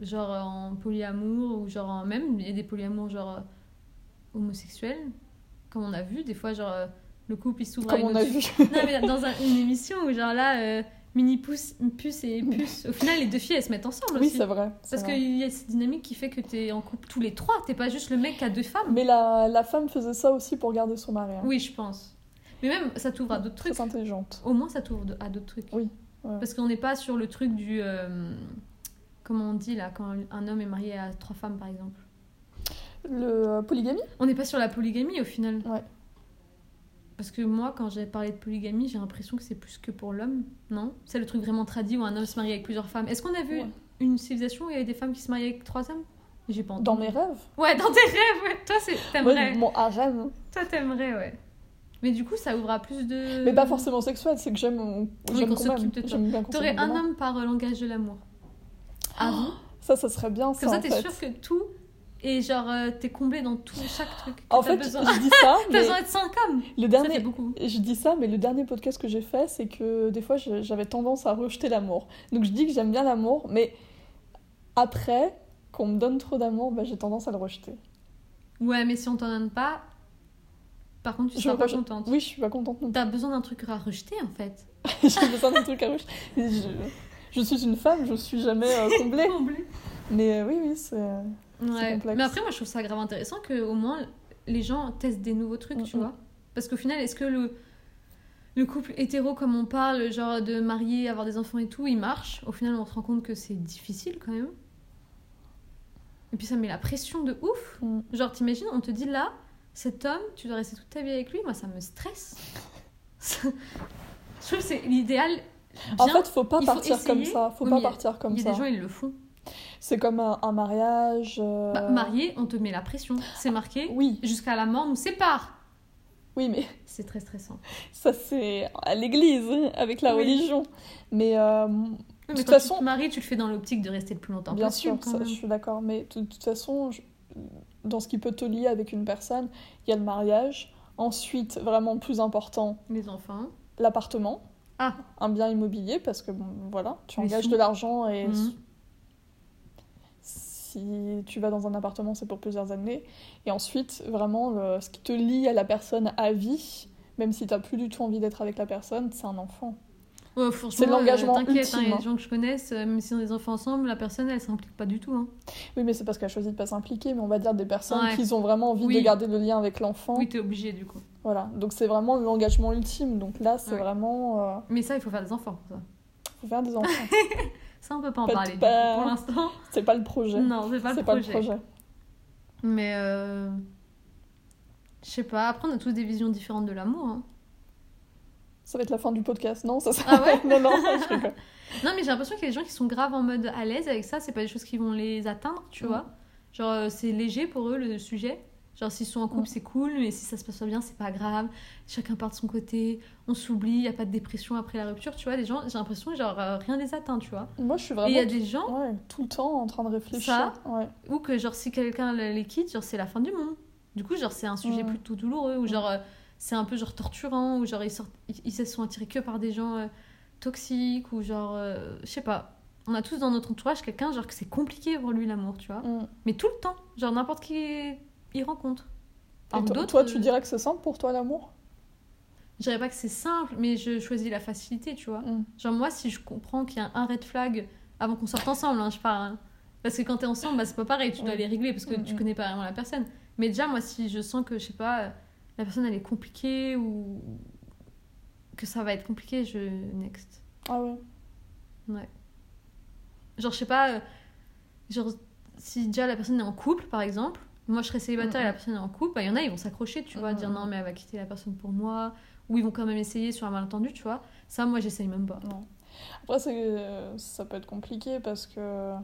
Speaker 2: genre en polyamour ou genre en- même, il y a des polyamours genre euh, homosexuels, comme on a vu, des fois, genre euh, le couple il s'ouvre à
Speaker 1: Comme
Speaker 2: une
Speaker 1: on
Speaker 2: autre
Speaker 1: a vu.
Speaker 2: non, mais dans un- une émission où genre là, euh, mini pouce, puce et puce, au final, les deux filles elles se mettent ensemble
Speaker 1: Mm. oui,
Speaker 2: aussi.
Speaker 1: c'est vrai. c'est
Speaker 2: Parce
Speaker 1: vrai.
Speaker 2: qu'il y a cette dynamique qui fait que t'es en couple tous les trois, t'es pas juste le mec qui a deux femmes.
Speaker 1: Mais la, la femme faisait ça aussi pour garder son mari. hein.
Speaker 2: Oui, je pense. Mais même, ça t'ouvre à d'autres trucs.
Speaker 1: Très intelligente.
Speaker 2: Au moins, ça t'ouvre de- à d'autres trucs.
Speaker 1: Oui, ouais.
Speaker 2: Parce qu'on n'est pas sur le truc du. euh, comment on dit là, quand un homme est marié à trois femmes, par exemple.
Speaker 1: Le euh, polygamie
Speaker 2: On n'est pas sur la polygamie au final.
Speaker 1: Ouais.
Speaker 2: Parce que moi, quand j'ai parlé de polygamie, j'ai l'impression que c'est plus que pour l'homme, non C'est le truc vraiment tradit où un homme se marie avec plusieurs femmes. Est-ce qu'on a vu
Speaker 1: Ouais.
Speaker 2: une civilisation où il y avait des femmes qui se mariaient avec trois hommes J'ai pas entendu.
Speaker 1: Dans mes rêves
Speaker 2: Ouais, dans tes rêves, ouais. Toi, c'est-
Speaker 1: Moi,
Speaker 2: t'aimerais.
Speaker 1: mon harem.
Speaker 2: Toi, t'aimerais, ouais. Mais du coup, ça ouvre à plus de.
Speaker 1: Mais pas forcément sexuel, c'est que j'aime
Speaker 2: Euh. Oui,
Speaker 1: j'aime
Speaker 2: qu'on
Speaker 1: quand même.
Speaker 2: s'occupe de toi.
Speaker 1: J'aime bien qu'on
Speaker 2: T'aurais
Speaker 1: s'occupe de
Speaker 2: un
Speaker 1: moi.
Speaker 2: homme par euh, langage de l'amour. Ah vous
Speaker 1: Ça, ça serait bien,
Speaker 2: Comme
Speaker 1: ça,
Speaker 2: ça,
Speaker 1: en
Speaker 2: t'es
Speaker 1: fait.
Speaker 2: sûr que tout et genre euh, t'es comblé dans tout chaque truc. que
Speaker 1: En
Speaker 2: t'as
Speaker 1: fait,
Speaker 2: besoin.
Speaker 1: je dis ça,
Speaker 2: t'as
Speaker 1: mais
Speaker 2: besoin de 5 hommes.
Speaker 1: le
Speaker 2: Ça fait
Speaker 1: dernier...
Speaker 2: beaucoup.
Speaker 1: Je dis ça, mais le dernier podcast que j'ai fait, c'est que des fois, je- j'avais tendance à rejeter l'amour. Donc, je dis que j'aime bien l'amour, mais après, qu'on me donne trop d'amour, bah, j'ai tendance à le rejeter.
Speaker 2: Ouais, mais si on t'en donne pas, par contre tu
Speaker 1: Je
Speaker 2: seras pas
Speaker 1: rejette-
Speaker 2: contente.
Speaker 1: Oui, je suis pas contente non
Speaker 2: T'as besoin d'un truc à rejeter en fait.
Speaker 1: plus. j'ai besoin d'un truc à rejeter. Je... je suis une femme, je suis jamais euh, comblée.
Speaker 2: Comblé.
Speaker 1: Mais euh, oui, oui, c'est...
Speaker 2: Ouais.
Speaker 1: complexe.
Speaker 2: Mais après, moi je trouve ça grave intéressant que au moins les gens testent des nouveaux trucs, tu
Speaker 1: Mm, mm.
Speaker 2: vois. Parce qu'au final, est-ce que le le couple hétéro, comme on parle, genre de marier, avoir des enfants et tout, il marche. Au final, on se rend compte que c'est difficile quand même. Et puis ça met la pression de ouf.
Speaker 1: Mm.
Speaker 2: Genre, t'imagines, on te dit là, cet homme, tu dois rester toute ta vie avec lui, moi ça me stresse. je trouve que c'est l'idéal.
Speaker 1: En
Speaker 2: bien.
Speaker 1: fait, faut pas
Speaker 2: il faut
Speaker 1: partir comme
Speaker 2: essayer.
Speaker 1: ça. Faut
Speaker 2: Oui,
Speaker 1: pas
Speaker 2: mais
Speaker 1: partir comme
Speaker 2: il y a
Speaker 1: ça.
Speaker 2: des gens, ils le font.
Speaker 1: C'est comme un, un mariage. euh,
Speaker 2: Bah, marié, on te met la pression. C'est marqué,
Speaker 1: Oui,
Speaker 2: jusqu'à la mort, nous sépare.
Speaker 1: oui, mais
Speaker 2: C'est très stressant.
Speaker 1: ça c'est à l'église hein, avec la
Speaker 2: Oui.
Speaker 1: religion. Mais euh,
Speaker 2: Mais
Speaker 1: De toute
Speaker 2: quand
Speaker 1: façon-
Speaker 2: tu te maries, tu le fais dans l'optique de rester le plus longtemps
Speaker 1: bien
Speaker 2: possible.
Speaker 1: sûr,
Speaker 2: quand
Speaker 1: ça,
Speaker 2: même.
Speaker 1: je suis d'accord. Mais de, de toute façon, je- dans ce qui peut te lier avec une personne, il y a le mariage. Ensuite, vraiment plus important,
Speaker 2: Les enfants. hein.
Speaker 1: l'appartement.
Speaker 2: Ah.
Speaker 1: Un bien immobilier parce que bon, voilà, tu
Speaker 2: Les
Speaker 1: engages
Speaker 2: sous.
Speaker 1: de l'argent et
Speaker 2: Mhm.
Speaker 1: si tu vas dans un appartement, c'est pour plusieurs années. Et ensuite, vraiment, le- ce qui te lie à la personne à vie, même si t'as plus du tout envie d'être avec la personne, c'est un enfant.
Speaker 2: Ouais, franchement,
Speaker 1: C'est l'engagement
Speaker 2: euh, T'inquiète,
Speaker 1: ultime,
Speaker 2: hein, il y a
Speaker 1: hein.
Speaker 2: des gens que je connaisse, euh, même si on a des enfants ensemble, la personne, elle s'implique pas du tout. hein.
Speaker 1: Oui, mais c'est parce qu'elle a choisi de pas s'impliquer, mais on va dire des personnes
Speaker 2: Ouais.
Speaker 1: qui ont vraiment envie de
Speaker 2: Oui.
Speaker 1: garder le lien avec l'enfant.
Speaker 2: Oui, t'es obligé du coup.
Speaker 1: Voilà, donc c'est vraiment l'engagement ultime. Donc là, c'est
Speaker 2: Ouais.
Speaker 1: vraiment. euh,
Speaker 2: Mais ça, il faut faire des enfants. Ça,
Speaker 1: faut faire des enfants.
Speaker 2: ça on peut pas en
Speaker 1: Pas-
Speaker 2: parler du
Speaker 1: pas-
Speaker 2: coup, pour l'instant.
Speaker 1: c'est pas le projet.
Speaker 2: Non, c'est pas,
Speaker 1: c'est
Speaker 2: le
Speaker 1: pas le
Speaker 2: projet.
Speaker 1: projet.
Speaker 2: Mais euh, je sais pas, après, on a tous des visions différentes de l'amour. hein.
Speaker 1: Ça va être la fin du podcast, non ça, ça-
Speaker 2: Ah ouais
Speaker 1: Non, non, je rigole.
Speaker 2: Non, mais j'ai l'impression qu'il y a des gens qui sont graves en mode à l'aise avec ça, c'est pas des choses qui vont les atteindre, tu
Speaker 1: Mm.
Speaker 2: vois. Genre, euh, c'est léger pour eux le sujet. Genre, s'ils sont en couple,
Speaker 1: Mm.
Speaker 2: c'est cool, mais si ça se passe pas bien, c'est pas grave. Chacun part de son côté, on s'oublie, y a pas de dépression après la rupture, tu vois. Des gens, j'ai l'impression que genre, euh, rien les atteint, tu vois.
Speaker 1: Moi, je suis
Speaker 2: Et
Speaker 1: vraiment
Speaker 2: il y a des gens
Speaker 1: ouais, tout le temps en train de réfléchir.
Speaker 2: Ça
Speaker 1: Ouais.
Speaker 2: où que, genre, si quelqu'un les quitte, genre, c'est la fin du monde. Du coup, genre, c'est un sujet
Speaker 1: Mm.
Speaker 2: plutôt douloureux, ou genre, euh, c'est un peu genre torturant, ou genre, ils, sortent, ils, ils se sont attirés que par des gens euh, toxiques, ou genre, euh, je sais pas. On a tous dans notre entourage quelqu'un, genre, que c'est compliqué pour lui l'amour, tu vois.
Speaker 1: Mm.
Speaker 2: Mais tout le temps, genre n'importe qui il rencontre.
Speaker 1: Et
Speaker 2: Alors que
Speaker 1: to-
Speaker 2: d'autres,
Speaker 1: toi, tu
Speaker 2: euh,
Speaker 1: dirais que c'est simple pour toi l'amour
Speaker 2: Je dirais pas que c'est simple, mais je choisis la facilité, tu vois.
Speaker 1: Mm.
Speaker 2: Genre moi, si je comprends qu'il y a un red flag avant qu'on sorte ensemble, hein, je parle. hein. Parce que quand t'es ensemble, bah, c'est pas pareil, tu dois
Speaker 1: Ouais.
Speaker 2: les régler parce que
Speaker 1: Mm,
Speaker 2: tu
Speaker 1: mm.
Speaker 2: connais pas vraiment la personne. Mais déjà, moi, si je sens que, je sais pas, euh, la personne elle est compliquée ou que ça va être compliqué, je next.
Speaker 1: Ah ouais.
Speaker 2: Genre, je sais pas, euh, genre, si déjà la personne est en couple, par exemple, moi je serais célibataire et la personne est en couple, bah, il y en a, ils vont s'accrocher, tu vois,
Speaker 1: Mhm.
Speaker 2: dire non, mais elle va quitter la personne pour moi, ou ils vont quand même essayer sur un malentendu, tu vois. Ça, moi, j'essaye même pas.
Speaker 1: Non. Après, c'est, euh, ça peut être compliqué parce que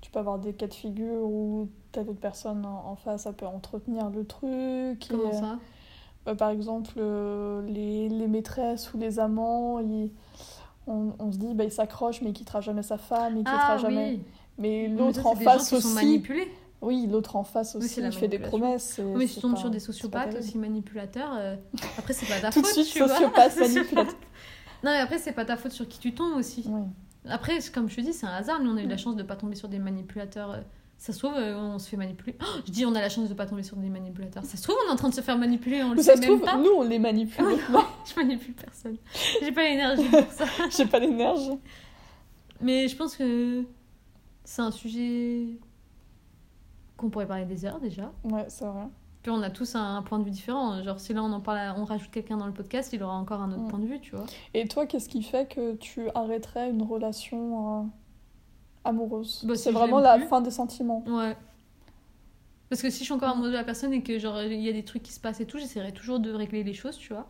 Speaker 1: tu peux avoir des cas de figure où telle autre personne en en face, ça peut entretenir le truc. et,
Speaker 2: Comment ça
Speaker 1: bah, par exemple, euh, les, les maîtresses ou les amants, ils- on, on se dit, bah, il s'accroche mais il quittera jamais sa femme, il quittera
Speaker 2: Ah
Speaker 1: jamais.
Speaker 2: oui
Speaker 1: Mais
Speaker 2: Mais
Speaker 1: l'autre
Speaker 2: ça,
Speaker 1: en
Speaker 2: c'est des
Speaker 1: face
Speaker 2: gens qui sont
Speaker 1: aussi.
Speaker 2: manipulés.
Speaker 1: Oui, l'autre en face
Speaker 2: Oui, c'est
Speaker 1: aussi,
Speaker 2: la
Speaker 1: il fait des
Speaker 2: manipulation.
Speaker 1: promesses. et
Speaker 2: Non, mais si
Speaker 1: Euh, c'est
Speaker 2: tu tombes
Speaker 1: pas-
Speaker 2: sur des
Speaker 1: c'est pas
Speaker 2: sociopathes
Speaker 1: terrible.
Speaker 2: aussi manipulateurs, euh, après, c'est pas ta
Speaker 1: Tout de
Speaker 2: faute,
Speaker 1: suite,
Speaker 2: tu vois.
Speaker 1: sociopathe,
Speaker 2: Sociopathe.
Speaker 1: manipulateur.
Speaker 2: Non, mais après, c'est pas ta faute sur qui tu tombes aussi.
Speaker 1: Oui.
Speaker 2: Après, c'est- comme je te dis, c'est un hasard. Nous, on a eu de la
Speaker 1: Mm.
Speaker 2: chance de pas tomber sur des manipulateurs. euh, Ça se trouve, euh, on se fait manipuler. Oh, je dis, on a la chance de pas tomber sur des manipulateurs. Ça se trouve, on est en train de se faire manipuler. On le
Speaker 1: Mais ça
Speaker 2: sait
Speaker 1: se
Speaker 2: même
Speaker 1: trouve,
Speaker 2: pas.
Speaker 1: nous, on les manipule.
Speaker 2: Je manipule personne. J'ai pas l'énergie pour ça.
Speaker 1: J'ai pas l'énergie.
Speaker 2: Mais je pense que c'est un sujet qu'on pourrait parler des heures déjà.
Speaker 1: Ouais, c'est vrai.
Speaker 2: Puis on a tous un, point de vue différent. Genre, si là on en parle, à- on rajoute quelqu'un dans le podcast, il aura encore un autre
Speaker 1: Mm.
Speaker 2: point de vue, tu vois.
Speaker 1: Et toi, qu'est-ce qui fait que tu arrêterais une relation euh, amoureuse
Speaker 2: Bah, si
Speaker 1: C'est
Speaker 2: je
Speaker 1: vraiment
Speaker 2: l'aime
Speaker 1: la
Speaker 2: plus.
Speaker 1: fin des sentiments.
Speaker 2: Ouais. Parce que si je suis encore amoureuse de la personne et que genre il y a des trucs qui se passent et tout, j'essaierai toujours de régler les choses, tu vois.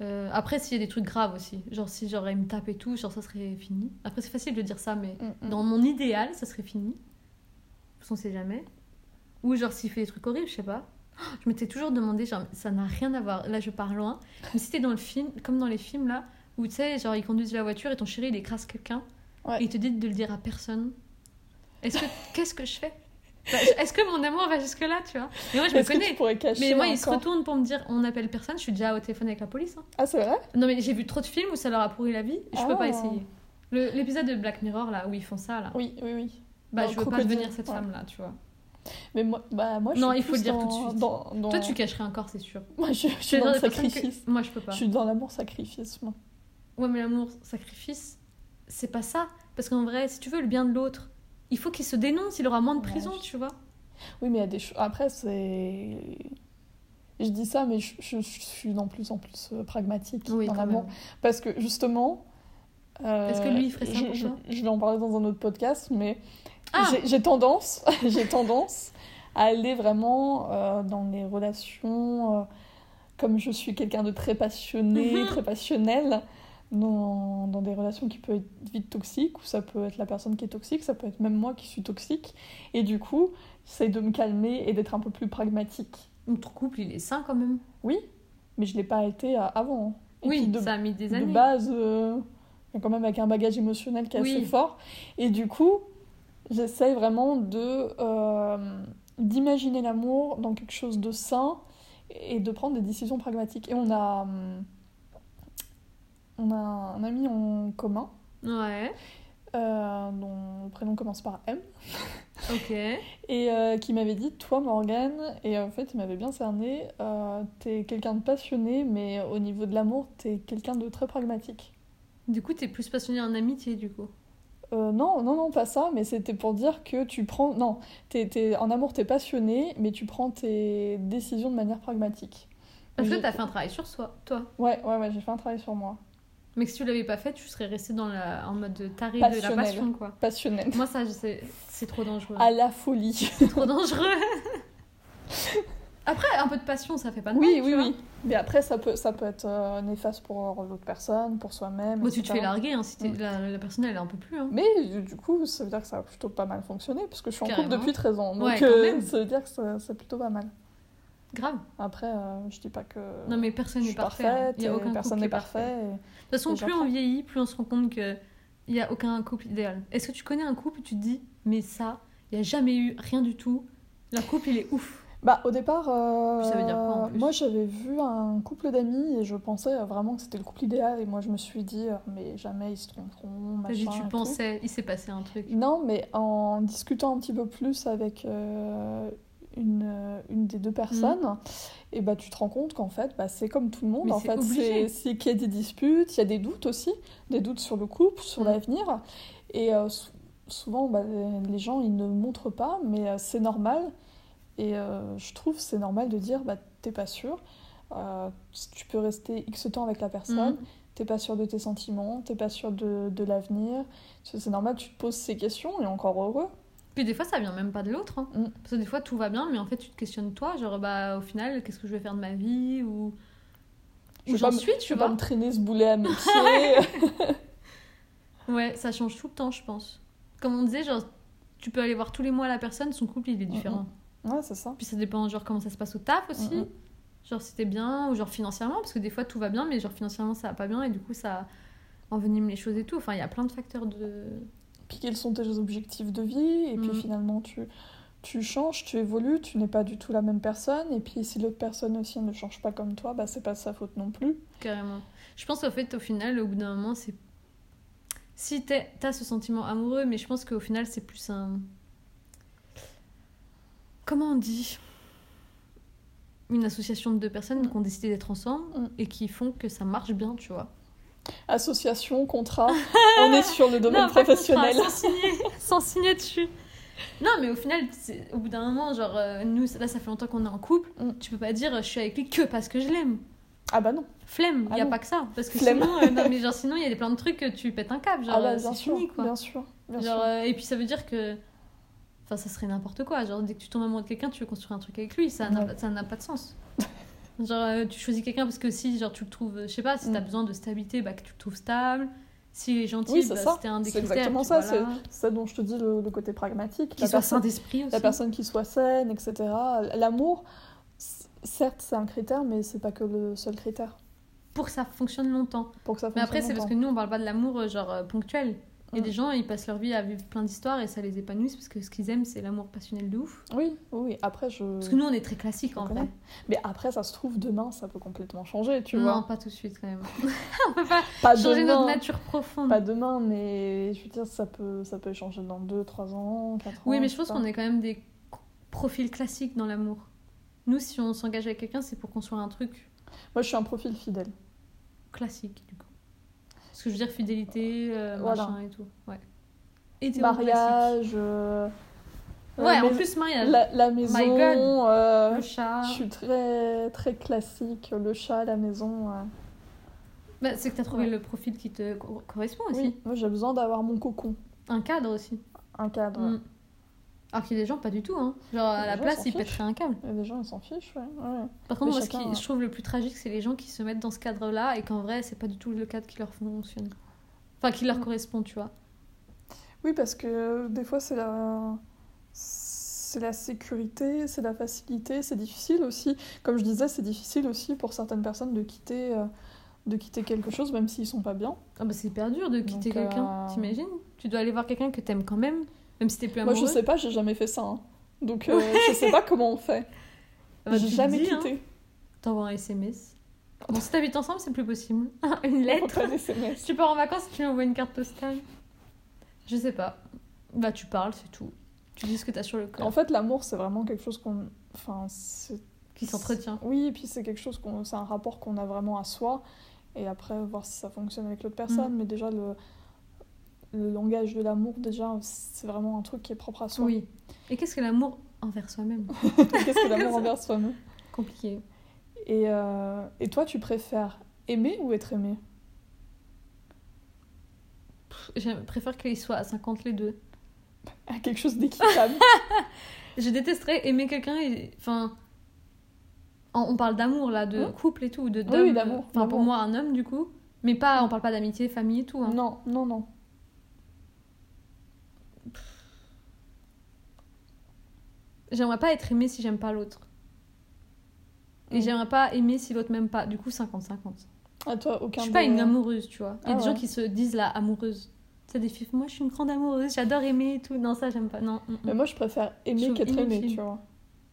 Speaker 2: Euh, après, s'il y a des trucs graves aussi, genre si genre elle me tape et tout, genre ça serait fini. Après, c'est facile de dire ça, mais
Speaker 1: Mm.
Speaker 2: dans mon idéal, ça serait fini. Parce qu'on sait jamais. Ou genre s'il fait des trucs horribles, je sais pas. Je m'étais toujours demandé, genre, ça n'a rien à voir. Là, je pars loin. Mais si t'es dans le film, comme dans les films là, où tu sais, genre ils conduisent la voiture et ton chéri il écrase quelqu'un.
Speaker 1: Ouais.
Speaker 2: Et il te dit de le dire à personne. Est-ce que qu'est-ce que je fais Bah, je- Est-ce que mon amour va jusque là, tu vois Mais moi, je me
Speaker 1: Est-ce que tu
Speaker 2: connais.
Speaker 1: pourrais cacher
Speaker 2: Mais moi,
Speaker 1: encore
Speaker 2: ils se retournent pour me dire, on n'appelle personne. Je suis déjà au téléphone avec la police. hein.
Speaker 1: Ah, c'est vrai
Speaker 2: Non mais j'ai vu trop de films où ça leur a pourri la vie et je peux
Speaker 1: Ah.
Speaker 2: pas essayer. Le- L'épisode de Black Mirror là où ils font ça là,
Speaker 1: Oui, oui, oui.
Speaker 2: bah
Speaker 1: dans
Speaker 2: je veux pas
Speaker 1: Crocodile,
Speaker 2: devenir cette
Speaker 1: ouais.
Speaker 2: femme là, tu vois.
Speaker 1: Mais moi, bah, moi je
Speaker 2: Non,
Speaker 1: suis
Speaker 2: il faut
Speaker 1: plus
Speaker 2: le dire tout de
Speaker 1: dans-
Speaker 2: suite.
Speaker 1: dans- dans-
Speaker 2: Toi tu cacherais encore, c'est sûr.
Speaker 1: Moi, je, je
Speaker 2: C'est
Speaker 1: suis
Speaker 2: le
Speaker 1: dans
Speaker 2: genre
Speaker 1: le
Speaker 2: de personne que-
Speaker 1: sacrifice.
Speaker 2: Moi je peux pas.
Speaker 1: Je suis dans l'amour-sacrifice, moi.
Speaker 2: Ouais mais l'amour sacrifice, c'est pas ça parce qu'en vrai si tu veux le bien de l'autre, il faut qu'il se dénonce, il aura moins de
Speaker 1: Ouais,
Speaker 2: prison,
Speaker 1: je-
Speaker 2: tu vois.
Speaker 1: Oui, mais il y a des choses. Après, c'est. Je dis ça, mais je, je- je suis de plus en plus euh, pragmatique
Speaker 2: Oui
Speaker 1: dans
Speaker 2: quand
Speaker 1: l'amour.
Speaker 2: même.
Speaker 1: Parce que justement. euh,
Speaker 2: Est-ce que lui, il ferait ça
Speaker 1: je,
Speaker 2: pour
Speaker 1: je-
Speaker 2: toi
Speaker 1: je vais en parler dans un autre podcast, mais
Speaker 2: Ah
Speaker 1: j'ai- j'ai tendance, j'ai tendance à aller vraiment euh, dans les relations. euh, comme je suis quelqu'un de très passionné,
Speaker 2: Mhm.
Speaker 1: très passionnel, dans, dans des relations qui peuvent être vite toxiques, ou ça peut être la personne qui est toxique, ça peut être même moi qui suis toxique. Et du coup, j'essaie de me calmer et d'être un peu plus pragmatique.
Speaker 2: notre couple il est sain quand même.
Speaker 1: Oui, mais je ne l'ai pas été euh, avant. Et
Speaker 2: oui,
Speaker 1: puis de
Speaker 2: ça a mis des
Speaker 1: de
Speaker 2: années.
Speaker 1: base, euh, mais quand même avec un bagage émotionnel qui est assez
Speaker 2: Oui.
Speaker 1: fort. Et du coup, j'essaye vraiment de euh, d'imaginer l'amour dans quelque chose de sain et de prendre des décisions pragmatiques. Et on a, hum, on a un ami en commun.
Speaker 2: Ouais.
Speaker 1: euh, dont le prénom commence par M,
Speaker 2: OK.
Speaker 1: et euh, qui m'avait dit Toi, Morgane, et en fait, il m'avait bien cerné, euh, t'es quelqu'un de passionné, mais au niveau de l'amour, t'es quelqu'un de très pragmatique.
Speaker 2: Du coup, t'es plus passionné en amitié, du coup.
Speaker 1: Euh, non, non, non, pas ça, mais c'était pour dire que tu prends. Non, t'es- t'es- en amour, t'es passionné, mais tu prends tes décisions de manière pragmatique.
Speaker 2: Parce que
Speaker 1: J'ai-
Speaker 2: t'as fait un travail sur soi, toi.
Speaker 1: Ouais, ouais, ouais, j'ai fait un travail sur moi.
Speaker 2: Mais que si tu l'avais pas fait, tu serais resté dans la... en mode taré de la
Speaker 1: Passionnel.
Speaker 2: passion, quoi.
Speaker 1: Passionnel.
Speaker 2: Moi, ça, je sais- c'est trop dangereux.
Speaker 1: À la folie.
Speaker 2: C'est trop dangereux. Après, un peu de passion, ça fait pas de mal.
Speaker 1: oui,
Speaker 2: tu
Speaker 1: oui,
Speaker 2: vois.
Speaker 1: oui. Mais après, ça peut, ça peut être euh, néfaste pour euh, l'autre personne, pour soi-même.
Speaker 2: Moi, tu te
Speaker 1: etc.
Speaker 2: fais larguer, hein, si t'es-
Speaker 1: Mm.
Speaker 2: la, la personne, elle est un peu plus. Hein.
Speaker 1: Mais euh, du- du coup, ça veut dire que ça a plutôt pas mal fonctionné, parce que je suis en couple
Speaker 2: Carrément.
Speaker 1: depuis 13 ans. Donc
Speaker 2: Ouais, quand
Speaker 1: euh,
Speaker 2: même.
Speaker 1: ça veut dire que ça- c'est plutôt pas mal.
Speaker 2: Grave.
Speaker 1: Après, euh, je dis pas que
Speaker 2: Non, mais
Speaker 1: je
Speaker 2: personne n'est
Speaker 1: suis
Speaker 2: parfait. hein.
Speaker 1: parfaite,
Speaker 2: Il y a
Speaker 1: et
Speaker 2: aucun
Speaker 1: personne
Speaker 2: couple qui
Speaker 1: n'est
Speaker 2: est euh, parfait.
Speaker 1: parfait. et-
Speaker 2: De toute façon,
Speaker 1: Et
Speaker 2: plus
Speaker 1: j'apprends.
Speaker 2: on vieillit, plus on se rend compte qu'il n'y a aucun couple idéal. Est-ce que tu connais un couple, tu te dis, mais ça, il n'y a jamais eu rien du tout. Leur couple, il est ouf.
Speaker 1: Bah, au départ, euh,
Speaker 2: Ça veut dire quoi, en plus
Speaker 1: moi j'avais vu un couple d'amis et je pensais euh, vraiment que c'était le couple idéal. Et moi je me suis dit, euh, mais jamais ils se tromperont. Machin,
Speaker 2: Vas-y, tu
Speaker 1: et tout.
Speaker 2: pensais, il s'est passé un truc.
Speaker 1: Non, mais en discutant un petit peu plus avec euh, une, euh, une des deux personnes, et bah, tu te rends compte qu'en fait, bah, c'est comme tout le monde.
Speaker 2: Mm. Mais
Speaker 1: en
Speaker 2: c'est
Speaker 1: fait, c'est
Speaker 2: obligé.
Speaker 1: c'est qu'il y a des disputes, il y a des doutes aussi, des doutes sur le couple, sur
Speaker 2: Mm.
Speaker 1: l'avenir. Et euh, sou- souvent, bah, les gens, ils ne montrent pas, mais euh, c'est normal. Et euh, je trouve c'est normal de dire, bah, t'es pas sûr. Euh, tu peux rester X temps avec la personne,
Speaker 2: Mm.
Speaker 1: t'es pas sûr de tes sentiments, t'es pas sûr de, de l'avenir. C'est c'est normal, tu te poses ces questions et encore heureux.
Speaker 2: Puis des fois, ça vient même pas de l'autre. hein.
Speaker 1: Mm.
Speaker 2: Parce que des fois, tout va bien, mais en fait, tu te questionnes toi, genre, bah, au final, qu'est-ce que je vais faire de ma vie Ou
Speaker 1: Je
Speaker 2: où
Speaker 1: vais pas
Speaker 2: j'en
Speaker 1: me-
Speaker 2: suis, tu
Speaker 1: Tu vas
Speaker 2: vois.
Speaker 1: me traîner ce boulet à mes pieds.
Speaker 2: Ouais, ça change tout le temps, je pense. Comme on disait, genre, tu peux aller voir tous les mois la personne, son couple,
Speaker 1: Mm,
Speaker 2: il est différent.
Speaker 1: ouais, c'est ça.
Speaker 2: Puis ça dépend, genre, comment ça se passe au taf aussi.
Speaker 1: Mhm.
Speaker 2: Genre, si t'es bien, ou genre financièrement, parce que des fois tout va bien, mais genre financièrement ça va pas bien, et du coup ça envenime les choses et tout. Enfin, il y a plein de facteurs de.
Speaker 1: Puis quels sont tes objectifs de vie Et puis
Speaker 2: Mm.
Speaker 1: finalement, tu, tu changes, tu évolues, tu n'es pas du tout la même personne. Et puis si l'autre personne aussi ne change pas comme toi, bah, c'est pas de sa faute non plus.
Speaker 2: Carrément. Je pense qu'en fait, au final, au bout d'un moment, c'est. Si t'es- t'as ce sentiment amoureux, mais je pense qu'au final, c'est plus un. Comment on dit Une association de deux personnes
Speaker 1: Mm.
Speaker 2: qui ont décidé d'être ensemble
Speaker 1: Mm.
Speaker 2: et qui font que ça marche bien, tu vois.
Speaker 1: Association, contrat, on est sur le domaine
Speaker 2: Non, pas
Speaker 1: professionnel.
Speaker 2: contrat, sans signer, sans signer dessus. Non, mais au final, c'est- au bout d'un moment, genre, euh, nous, là, ça fait longtemps qu'on est en couple.
Speaker 1: Mm.
Speaker 2: Tu peux pas dire, euh, je suis avec lui que parce que je l'aime.
Speaker 1: Ah bah non.
Speaker 2: Flemme, il
Speaker 1: Ah
Speaker 2: y a
Speaker 1: non.
Speaker 2: pas que ça. Parce que
Speaker 1: Flemme.
Speaker 2: sinon, euh, non, mais genre, sinon, il y a des plein de trucs que tu pètes un câble. Genre,
Speaker 1: ah bah
Speaker 2: euh,
Speaker 1: bien
Speaker 2: c'est
Speaker 1: sûr,
Speaker 2: fini, quoi.
Speaker 1: bien sûr, bien
Speaker 2: Genre,
Speaker 1: sûr.
Speaker 2: euh, et puis ça veut dire que. Enfin, ça serait n'importe quoi. Genre, dès que tu tombes amoureux de quelqu'un, tu veux construire un truc avec lui. Ça n'a
Speaker 1: Ouais.
Speaker 2: ça n'a pas de sens. genre, euh, tu choisis quelqu'un parce que si genre, tu le trouves, je sais pas, si t'as
Speaker 1: Mm.
Speaker 2: besoin de stabilité, bah, que tu le trouves stable. S'il est gentil,
Speaker 1: Oui, c'est
Speaker 2: bah,
Speaker 1: ça.
Speaker 2: c'était un des
Speaker 1: C'est
Speaker 2: critères.
Speaker 1: exactement
Speaker 2: puis
Speaker 1: ça,
Speaker 2: voilà.
Speaker 1: C'est ça dont je te dis le, le côté pragmatique.
Speaker 2: Qu'il
Speaker 1: La
Speaker 2: soit
Speaker 1: personne-
Speaker 2: sain d'esprit aussi.
Speaker 1: la personne qui soit saine, etc. L'amour, c- certes, c'est un critère, mais c'est pas que le seul critère
Speaker 2: Pour que ça fonctionne longtemps.
Speaker 1: pour que ça
Speaker 2: Mais
Speaker 1: fonctionne.
Speaker 2: après, c'est parce que
Speaker 1: longtemps.
Speaker 2: nous, on parle pas de l'amour euh, genre euh, ponctuel. Il y a
Speaker 1: Mm.
Speaker 2: des gens, ils passent leur vie à vivre plein d'histoires et ça les épanouit parce que ce qu'ils aiment, c'est l'amour passionnel de ouf.
Speaker 1: Oui, oui, oui. Après, je.
Speaker 2: Parce que nous, on est très classique
Speaker 1: Je
Speaker 2: en
Speaker 1: reconnais.
Speaker 2: vrai.
Speaker 1: Mais après, ça se trouve demain, ça peut complètement changer, tu
Speaker 2: non,
Speaker 1: vois.
Speaker 2: pas tout de suite quand même. on peut pas
Speaker 1: Pas
Speaker 2: changer notre
Speaker 1: demain.
Speaker 2: nature profonde.
Speaker 1: Pas demain, mais je veux dire, ça peut, ça peut changer dans 2, 3 ans, 4 ans.
Speaker 2: Oui, mais je pense qu'on est quand même des co- profils classiques dans l'amour. Nous, si on s'engage avec quelqu'un, c'est pour construire un truc
Speaker 1: Moi, je suis un profil fidèle.
Speaker 2: classique du coup. Parce que je veux dire fidélité, euh,
Speaker 1: Voilà.
Speaker 2: machin et tout. Ouais. Hétéro-classique.
Speaker 1: Mariage. euh, euh,
Speaker 2: Ouais, en
Speaker 1: mais-
Speaker 2: plus mariage.
Speaker 1: La, la
Speaker 2: My God.
Speaker 1: maison, euh,
Speaker 2: Le chat.
Speaker 1: je suis très, très classique, le chat, la maison. euh.
Speaker 2: Bah, c'est que t'as trouvé
Speaker 1: Ouais.
Speaker 2: le profil qui te co- correspond aussi.
Speaker 1: Oui, moi j'ai besoin d'avoir mon cocon,
Speaker 2: Un cadre aussi.
Speaker 1: un cadre.
Speaker 2: Mm. Alors qu'il y a des gens, pas du tout. Hein. Genre, à
Speaker 1: Les
Speaker 2: la
Speaker 1: gens
Speaker 2: place,
Speaker 1: s'en
Speaker 2: ils
Speaker 1: fichent.
Speaker 2: pèteraient un câble.
Speaker 1: Et les gens ils s'en fichent, ouais. ouais.
Speaker 2: Par contre,
Speaker 1: Mais
Speaker 2: moi, ce
Speaker 1: chacun, hein.
Speaker 2: qui
Speaker 1: ouais.
Speaker 2: je trouve le plus tragique, c'est les gens qui se mettent dans ce cadre-là et qu'en vrai, c'est pas du tout le cadre qui leur fonctionne. Enfin, qui leur
Speaker 1: Mm.
Speaker 2: correspond, tu vois.
Speaker 1: Oui, parce que euh, des fois c'est la... c'est la sécurité, c'est la facilité, c'est difficile aussi. Comme je disais, c'est difficile aussi pour certaines personnes de quitter, euh, de quitter quelque chose, même s'ils sont pas bien.
Speaker 2: Ah bah, c'est hyper dur de quitter
Speaker 1: Donc, euh,
Speaker 2: quelqu'un, t'imagines Tu dois aller voir quelqu'un que t'aimes quand même, même si t'es plus amoureux.
Speaker 1: Moi je sais pas, j'ai jamais fait ça. hein. Donc euh, je sais pas comment on fait.
Speaker 2: Ah bah, tu
Speaker 1: j'ai
Speaker 2: te
Speaker 1: jamais
Speaker 2: dis, hein,
Speaker 1: quitté.
Speaker 2: T'envoies un SMS. Bon, si t'habites ensemble, c'est plus possible. Ah, Une
Speaker 1: Faut
Speaker 2: lettre.
Speaker 1: pas des SMS.
Speaker 2: Si tu pars en vacances, tu lui envoies une carte postale. Je sais pas. Bah, tu parles, c'est tout. Tu dis ce que t'as sur le corps,
Speaker 1: En fait, l'amour, c'est vraiment quelque chose qu'on. Enfin, c'est-
Speaker 2: qui s'entretient.
Speaker 1: Oui, et puis c'est quelque chose qu'on. C'est un rapport qu'on a vraiment à soi. et après voir si ça fonctionne avec l'autre
Speaker 2: Mm.
Speaker 1: personne. Mais déjà, le, le langage de l'amour, déjà, c'est vraiment un truc qui est propre à soi.
Speaker 2: Oui. Et qu'est-ce que l'amour envers soi-même
Speaker 1: Qu'est-ce que l'amour envers soi-même
Speaker 2: Compliqué.
Speaker 1: et, euh, et toi, tu préfères aimer ou être aimé
Speaker 2: Pff, Je préfère qu'ils soient à 50 les deux.
Speaker 1: à quelque chose d'équitable
Speaker 2: Je détesterais aimer quelqu'un et. Enfin. On on parle d'amour là, de
Speaker 1: Mmh.
Speaker 2: couple et tout, de
Speaker 1: Oui, oui,
Speaker 2: d'homme.
Speaker 1: d'amour,
Speaker 2: Enfin, pour
Speaker 1: d'amour.
Speaker 2: moi, un homme du coup. Mais pas, on parle pas d'amitié, famille et tout. hein.
Speaker 1: Non, non, non.
Speaker 2: J'aimerais pas être aimé si j'aime pas l'autre. Et
Speaker 1: Mm.
Speaker 2: j'aimerais pas aimer si l'autre m'aime pas. Du coup, 50-50.
Speaker 1: À toi, aucun
Speaker 2: Je suis
Speaker 1: des-
Speaker 2: pas une amoureuse, tu vois. Il y a
Speaker 1: Ah
Speaker 2: des
Speaker 1: ouais.
Speaker 2: gens qui se disent la amoureuse. C'est des fifs. Moi, je suis une grande amoureuse, j'adore aimer et tout. Non, ça, j'aime pas. Non. mm, mm.
Speaker 1: Mais moi, je préfère
Speaker 2: Je
Speaker 1: aimer
Speaker 2: trouve
Speaker 1: qu'être aimé,
Speaker 2: inutile.
Speaker 1: tu vois.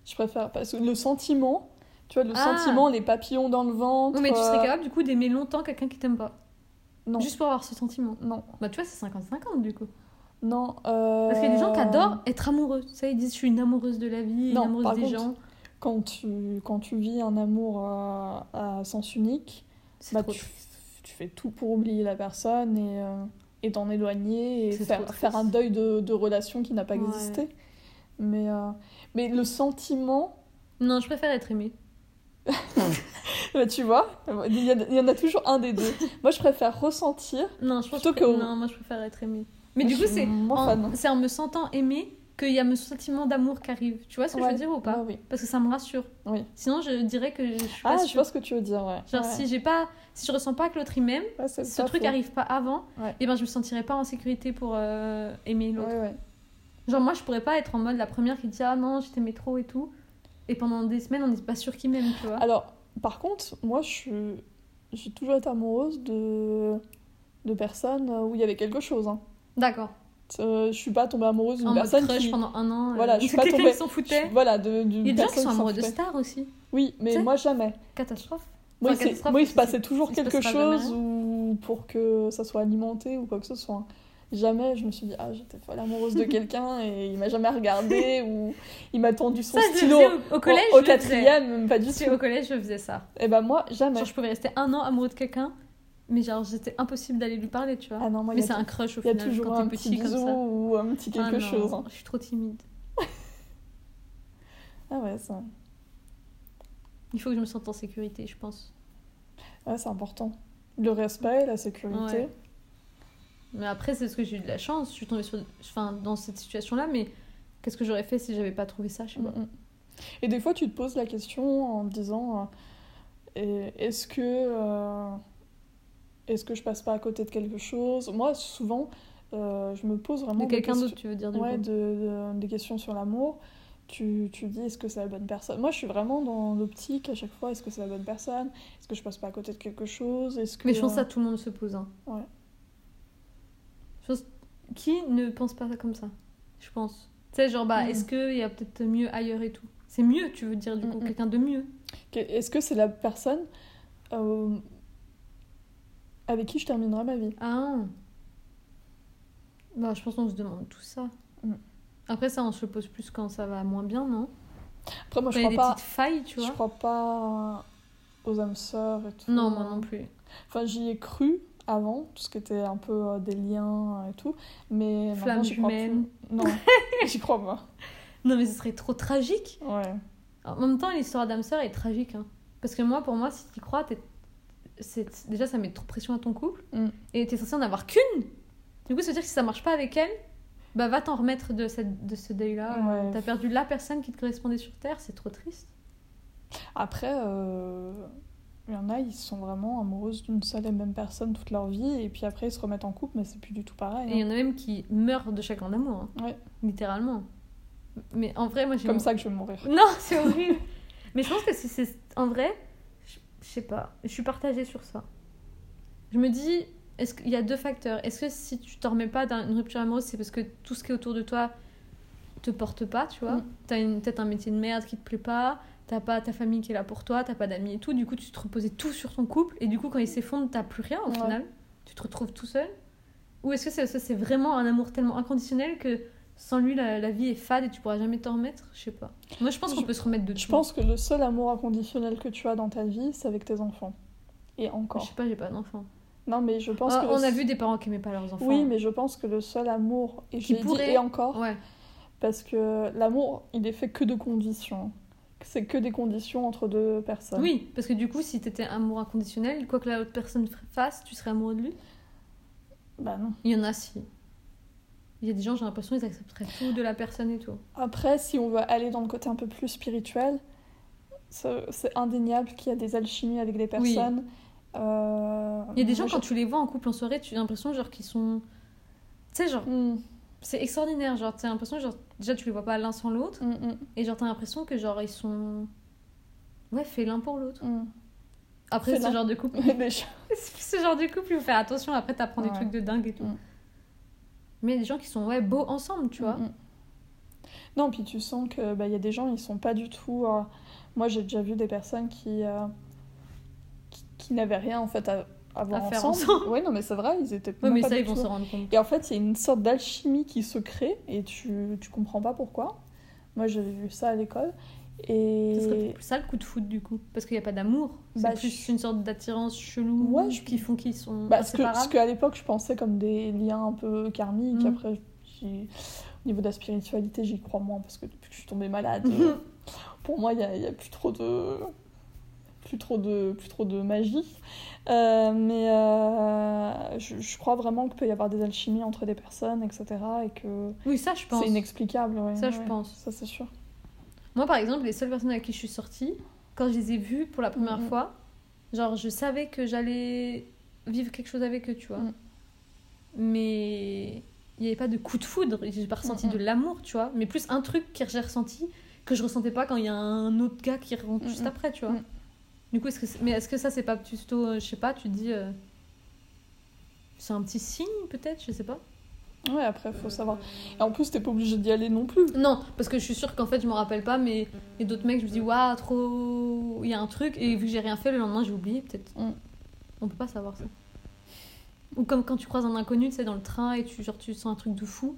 Speaker 1: Je préfère. Parce que le sentiment, tu vois, le
Speaker 2: Ah.
Speaker 1: sentiment, les papillons dans le ventre.
Speaker 2: Oui, mais tu
Speaker 1: euh,
Speaker 2: serais capable du coup d'aimer longtemps quelqu'un qui t'aime pas.
Speaker 1: Non.
Speaker 2: Juste pour avoir ce sentiment.
Speaker 1: Non,
Speaker 2: Bah, tu vois, c'est 50-50 du coup.
Speaker 1: non. euh,
Speaker 2: Parce qu'il y a des gens qui adorent être amoureux. Tu sais, ils disent je suis une amoureuse de la vie,
Speaker 1: Non,
Speaker 2: une amoureuse
Speaker 1: par
Speaker 2: des
Speaker 1: contre,
Speaker 2: gens.
Speaker 1: Quand tu, quand tu vis un amour à, à sens unique,
Speaker 2: C'est
Speaker 1: bah,
Speaker 2: trop
Speaker 1: tu, tu fais tout pour oublier la personne et euh, et t'en éloigner et
Speaker 2: C'est
Speaker 1: faire,
Speaker 2: trop triste.
Speaker 1: faire un deuil de, de relation qui n'a pas
Speaker 2: Ouais.
Speaker 1: existé. Mais, euh, mais le sentiment,
Speaker 2: Non, je préfère être aimée.
Speaker 1: bah, tu vois, il y, en a- il y en a toujours un des deux. Moi, je préfère ressentir
Speaker 2: Non, je pense
Speaker 1: Plutôt
Speaker 2: que...
Speaker 1: que-
Speaker 2: non, moi je préfère être aimée. Mais
Speaker 1: Moi,
Speaker 2: du
Speaker 1: je
Speaker 2: coup,
Speaker 1: suis
Speaker 2: c'est
Speaker 1: moins
Speaker 2: en...
Speaker 1: fan.
Speaker 2: c'est en me sentant aimée qu'il y a mon sentiment d'amour qui arrive. Tu vois ce que je
Speaker 1: Ouais.
Speaker 2: veux dire ou pas
Speaker 1: Ah oui.
Speaker 2: Parce que ça me rassure.
Speaker 1: Oui.
Speaker 2: Sinon, je dirais que je suis
Speaker 1: Ah,
Speaker 2: pas
Speaker 1: je
Speaker 2: sûre.
Speaker 1: vois ce que tu veux dire, ouais.
Speaker 2: Genre,
Speaker 1: Ouais.
Speaker 2: si j'ai pas, si je ressens pas que l'autre il m'aime,
Speaker 1: Ouais, c'est
Speaker 2: ce
Speaker 1: pas
Speaker 2: truc
Speaker 1: faux.
Speaker 2: arrive pas avant,
Speaker 1: Ouais.
Speaker 2: et ben je me sentirais pas en sécurité pour euh, aimer l'autre.
Speaker 1: Ouais, ouais.
Speaker 2: Genre, moi je pourrais pas être en mode la première qui dit ah non, je t'aimais trop et tout, et pendant des semaines on n'est pas sûr qu'il m'aime, tu vois.
Speaker 1: Alors, par contre, moi, je suis- j'ai toujours été amoureuse de, de personnes où il y avait quelque chose. hein.
Speaker 2: D'accord.
Speaker 1: Euh, je suis pas tombée amoureuse d'une
Speaker 2: En mode
Speaker 1: personne
Speaker 2: crush
Speaker 1: qui...
Speaker 2: pendant un an.
Speaker 1: Voilà,
Speaker 2: euh,
Speaker 1: je suis pas
Speaker 2: quelqu'un
Speaker 1: tombée-
Speaker 2: qui s'en
Speaker 1: je suis-
Speaker 2: foutait.
Speaker 1: Voilà, de- d'une
Speaker 2: Il y a des gens qui
Speaker 1: personne
Speaker 2: sont
Speaker 1: qui s'en
Speaker 2: amoureux de
Speaker 1: foutait.
Speaker 2: stars aussi.
Speaker 1: Oui, mais
Speaker 2: Tu sais
Speaker 1: moi, jamais.
Speaker 2: Catastrophe.
Speaker 1: Moi,
Speaker 2: Enfin,
Speaker 1: il s'est-
Speaker 2: catastrophe,
Speaker 1: moi, il se
Speaker 2: parce que
Speaker 1: passait toujours
Speaker 2: il se
Speaker 1: quelque
Speaker 2: passera
Speaker 1: chose
Speaker 2: jamais hein.
Speaker 1: ou pour que ça soit alimenté ou quoi que ce soit. hein. Jamais je me suis dit, ah, j'étais folle amoureuse de quelqu'un et il m'a jamais regardé ou il m'a tendu son
Speaker 2: Ça, je le
Speaker 1: stylo
Speaker 2: faisais au, au collège.
Speaker 1: au,
Speaker 2: je le faisais.
Speaker 1: quatrième, même pas du
Speaker 2: Tu sais,
Speaker 1: tout.
Speaker 2: Au collège, je faisais ça.
Speaker 1: Et ben moi, jamais.
Speaker 2: Genre, je pouvais rester un an amoureux de quelqu'un, mais genre, c'était impossible d'aller lui parler, tu vois.
Speaker 1: Ah non, moi, il
Speaker 2: mais
Speaker 1: y a
Speaker 2: c'est un crush au
Speaker 1: Il y a
Speaker 2: final
Speaker 1: toujours
Speaker 2: quand
Speaker 1: un
Speaker 2: t'es
Speaker 1: petit
Speaker 2: petit comme
Speaker 1: bisou
Speaker 2: ça.
Speaker 1: ou un petit quelque
Speaker 2: Ah non,
Speaker 1: chose. hein.
Speaker 2: Je suis trop timide.
Speaker 1: Ah ouais, ça-
Speaker 2: Il faut que je me sente en sécurité, je pense.
Speaker 1: ouais, c'est important. Le respect, la sécurité.
Speaker 2: Ouais. Mais après, c'est ce que j'ai eu de la chance. Je suis tombée sur... enfin, dans cette situation-là, mais qu'est-ce que j'aurais fait si j'avais pas trouvé ça, je sais pas.
Speaker 1: Mm, mm. Et des fois, tu te poses la question en te disant euh, et- est-ce que, euh, est-ce que je passe pas à côté de quelque chose Moi, souvent, euh, je me pose vraiment
Speaker 2: De
Speaker 1: des
Speaker 2: quelqu'un d'autre,
Speaker 1: questions,
Speaker 2: tu veux dire du
Speaker 1: ouais,
Speaker 2: coup.
Speaker 1: de- de- des questions sur l'amour. Tu, tu dis est-ce que c'est la bonne personne Moi, je suis vraiment dans l'optique à chaque fois est-ce que c'est la bonne personne Est-ce que je passe pas à côté de quelque chose Est-ce que
Speaker 2: Mais je pense
Speaker 1: euh,
Speaker 2: que ça, tout le monde se pose. hein.
Speaker 1: Ouais.
Speaker 2: Je pense- Qui ne pense pas comme ça Je pense. Tu sais, genre, bah,
Speaker 1: Mm.
Speaker 2: est-ce qu'il y a peut-être mieux ailleurs et tout C'est mieux, tu veux dire, du coup,
Speaker 1: Mm, mm.
Speaker 2: quelqu'un de mieux.
Speaker 1: Que- Est-ce que c'est la personne euh, avec qui je terminerai ma vie
Speaker 2: Ah Bah, je pense qu'on se demande tout ça.
Speaker 1: Mm.
Speaker 2: Après, ça, on se le pose plus quand ça va moins bien, non
Speaker 1: Après, moi,
Speaker 2: Quand
Speaker 1: je
Speaker 2: il y a
Speaker 1: crois
Speaker 2: des
Speaker 1: pas,
Speaker 2: petites failles, tu
Speaker 1: je
Speaker 2: vois
Speaker 1: crois pas aux âmes sœurs et tout.
Speaker 2: Non, moi non plus.
Speaker 1: Enfin, j'y ai cru avant, tout ce qui était un peu euh, des liens et tout, mais maintenant,
Speaker 2: Flamme
Speaker 1: j'y crois plus.
Speaker 2: humaine.
Speaker 1: Non, j'y crois pas.
Speaker 2: Non, mais ce serait trop tragique.
Speaker 1: Ouais.
Speaker 2: En même temps, l'histoire d'âme sœur est tragique. hein. Parce que moi, pour moi, si tu crois, t'es- c'est- déjà, ça met trop de pression à ton couple.
Speaker 1: Mm.
Speaker 2: Et t'es censé en avoir qu'une. Du coup, ça veut dire que si ça marche pas avec elle, bah va t'en remettre de, cette, de ce deuil-là.
Speaker 1: Ouais.
Speaker 2: T'as perdu la personne qui te correspondait sur Terre, c'est trop triste.
Speaker 1: Après, euh, il y en a, ils sont vraiment amoureuses d'une seule et même personne toute leur vie, et puis après, ils se remettent en couple, mais c'est plus du tout
Speaker 2: Et il
Speaker 1: pareil.
Speaker 2: y
Speaker 1: hein.
Speaker 2: en a même qui meurent de chagrin d'amour. hein.
Speaker 1: Ouais.
Speaker 2: Littéralement. Mais en vrai, moi, j'ai
Speaker 1: Comme ça que je vais mourir.
Speaker 2: Non, c'est horrible. Mais je pense que si c'est en vrai, je je sais pas, je suis partagée sur ça. Je me dis, est-ce qu'il y a deux facteurs Est-ce que si tu t'en remets pas d'une rupture amoureuse, c'est parce que tout ce qui est autour de toi te porte pas, tu vois
Speaker 1: Mm.
Speaker 2: T'as une- peut-être un métier de merde qui te plaît pas, t'as pas ta famille qui est là pour toi, t'as pas d'amis et tout. Du coup, tu te reposais tout sur ton couple et du coup, quand il s'effondre, t'as plus rien au
Speaker 1: Ouais.
Speaker 2: final. Tu te retrouves tout seul. Ou est-ce que c'est, ça, c'est vraiment un amour tellement inconditionnel que sans lui, la, la vie est fade et tu pourras jamais t'en remettre Je sais pas. Moi, je pense qu'on
Speaker 1: Je-
Speaker 2: peut se remettre de
Speaker 1: Je
Speaker 2: tout.
Speaker 1: pense que le seul amour inconditionnel que tu as dans ta vie, c'est avec tes enfants. Et
Speaker 2: Je
Speaker 1: encore.
Speaker 2: sais pas, j'ai pas d'enfant.
Speaker 1: Non, mais je pense
Speaker 2: Ah,
Speaker 1: que. le-
Speaker 2: on a vu des parents qui aimaient pas leurs enfants.
Speaker 1: Oui, mais je pense que le seul amour, et
Speaker 2: Qui
Speaker 1: j'ai dit
Speaker 2: pourrait- Oh.
Speaker 1: et encore,
Speaker 2: Ouais.
Speaker 1: parce que l'amour, il est fait que de conditions. C'est que des conditions entre deux personnes.
Speaker 2: Oui, parce que du coup, si t'étais amour inconditionnel, quoi que la autre personne f- fasse, tu serais amoureux de lui.
Speaker 1: Bah non.
Speaker 2: Il y en a si. Il y a des gens, j'ai l'impression, ils accepteraient tout de la personne et tout.
Speaker 1: Après, si on veut aller dans le côté un peu plus spirituel, ça- c'est indéniable qu'il y a des alchimies avec des personnes. Euh,
Speaker 2: Il y a des
Speaker 1: moi,
Speaker 2: gens,
Speaker 1: je-
Speaker 2: quand tu les vois en couple en soirée, tu as l'impression, genre, qu'ils sont. Tu sais, genre,
Speaker 1: Mm,
Speaker 2: c'est extraordinaire. Genre, t'as l'impression, genre, déjà, tu les vois pas l'un sans l'autre.
Speaker 1: mm, mm,
Speaker 2: Et genre, t'as l'impression que, genre, ils sont. Ouais, fait l'un pour l'autre.
Speaker 1: mm.
Speaker 2: Après,
Speaker 1: Fais-l'un.
Speaker 2: ce genre de couple.
Speaker 1: Déjà.
Speaker 2: ce genre de couple, il faut faire attention. Après, t'apprends des
Speaker 1: Ouais.
Speaker 2: trucs de dingue et tout.
Speaker 1: Mm.
Speaker 2: Mais il y a des gens qui sont, ouais, beaux ensemble, tu vois.
Speaker 1: Mm, mm. Non, puis tu sens que bah, il y a des gens, ils sont pas du tout. euh, Moi, j'ai déjà vu des personnes qui euh, qui, qui n'avaient rien en fait à, à voir
Speaker 2: À faire
Speaker 1: ensemble. Oui, non, mais c'est vrai, ils étaient.
Speaker 2: Ouais,
Speaker 1: même
Speaker 2: mais
Speaker 1: pas
Speaker 2: ça,
Speaker 1: du
Speaker 2: ils vont
Speaker 1: tout-
Speaker 2: s'en rendre compte.
Speaker 1: Et en fait, il y a une sorte d'alchimie qui se crée et tu tu comprends pas pourquoi. Moi, j'avais vu ça à l'école et.
Speaker 2: Ce serait peut-être plus ça le coup de foot, du coup. Parce qu'il n'y a pas d'amour. C'est
Speaker 1: Bah,
Speaker 2: plus
Speaker 1: je-
Speaker 2: une sorte d'attirance chelou
Speaker 1: Ouais, je-
Speaker 2: qui font qu'ils sont
Speaker 1: Bah, ce que,
Speaker 2: inséparables.
Speaker 1: ce que à l'époque je pensais comme des liens un peu karmiques,
Speaker 2: Mhm.
Speaker 1: après j'ai- au niveau de la spiritualité j'y crois moins parce que depuis que je suis tombée malade,
Speaker 2: Mm.
Speaker 1: euh, pour moi il n'y a, il y a plus trop de plus trop de plus trop de magie. Euh, mais euh, je, je crois vraiment qu'il peut y avoir des alchimies entre des personnes, etc. Et que
Speaker 2: Oui, ça, je pense.
Speaker 1: c'est inexplicable. ouais,
Speaker 2: Ça, je
Speaker 1: ouais.
Speaker 2: pense.
Speaker 1: Ça c'est sûr.
Speaker 2: Moi, par exemple, les seules personnes avec qui je suis sortie, quand je les ai vues pour la première
Speaker 1: Mhm.
Speaker 2: fois, genre, je savais que j'allais vivre quelque chose avec eux, tu vois.
Speaker 1: Mhm.
Speaker 2: Mais il n'y avait pas de coup de foudre. J'ai pas ressenti
Speaker 1: Mhm.
Speaker 2: de l'amour, tu vois. Mais plus un truc que j'ai ressenti que je ressentais pas quand il y a un autre gars qui rentre juste
Speaker 1: Mhm.
Speaker 2: après, tu vois.
Speaker 1: Mhm.
Speaker 2: Du coup, est-ce que c'est- mais est-ce que ça, c'est pas plutôt, euh, je sais pas, tu te dis. euh, C'est un petit signe, peut-être, je sais pas.
Speaker 1: Ouais, après faut savoir. Et en plus t'es pas obligé d'y aller non plus.
Speaker 2: Non, parce que je suis sûre qu'en fait, je m'en rappelle pas, mais et d'autres mecs, je me dis, waouh, trop. Il y a un truc, et vu que j'ai rien fait, le lendemain, j'ai oublié, peut-être.
Speaker 1: Mm.
Speaker 2: On peut pas savoir ça. Ou comme quand tu croises un inconnu, tu sais, dans le train, et tu, genre, tu sens un truc de fou.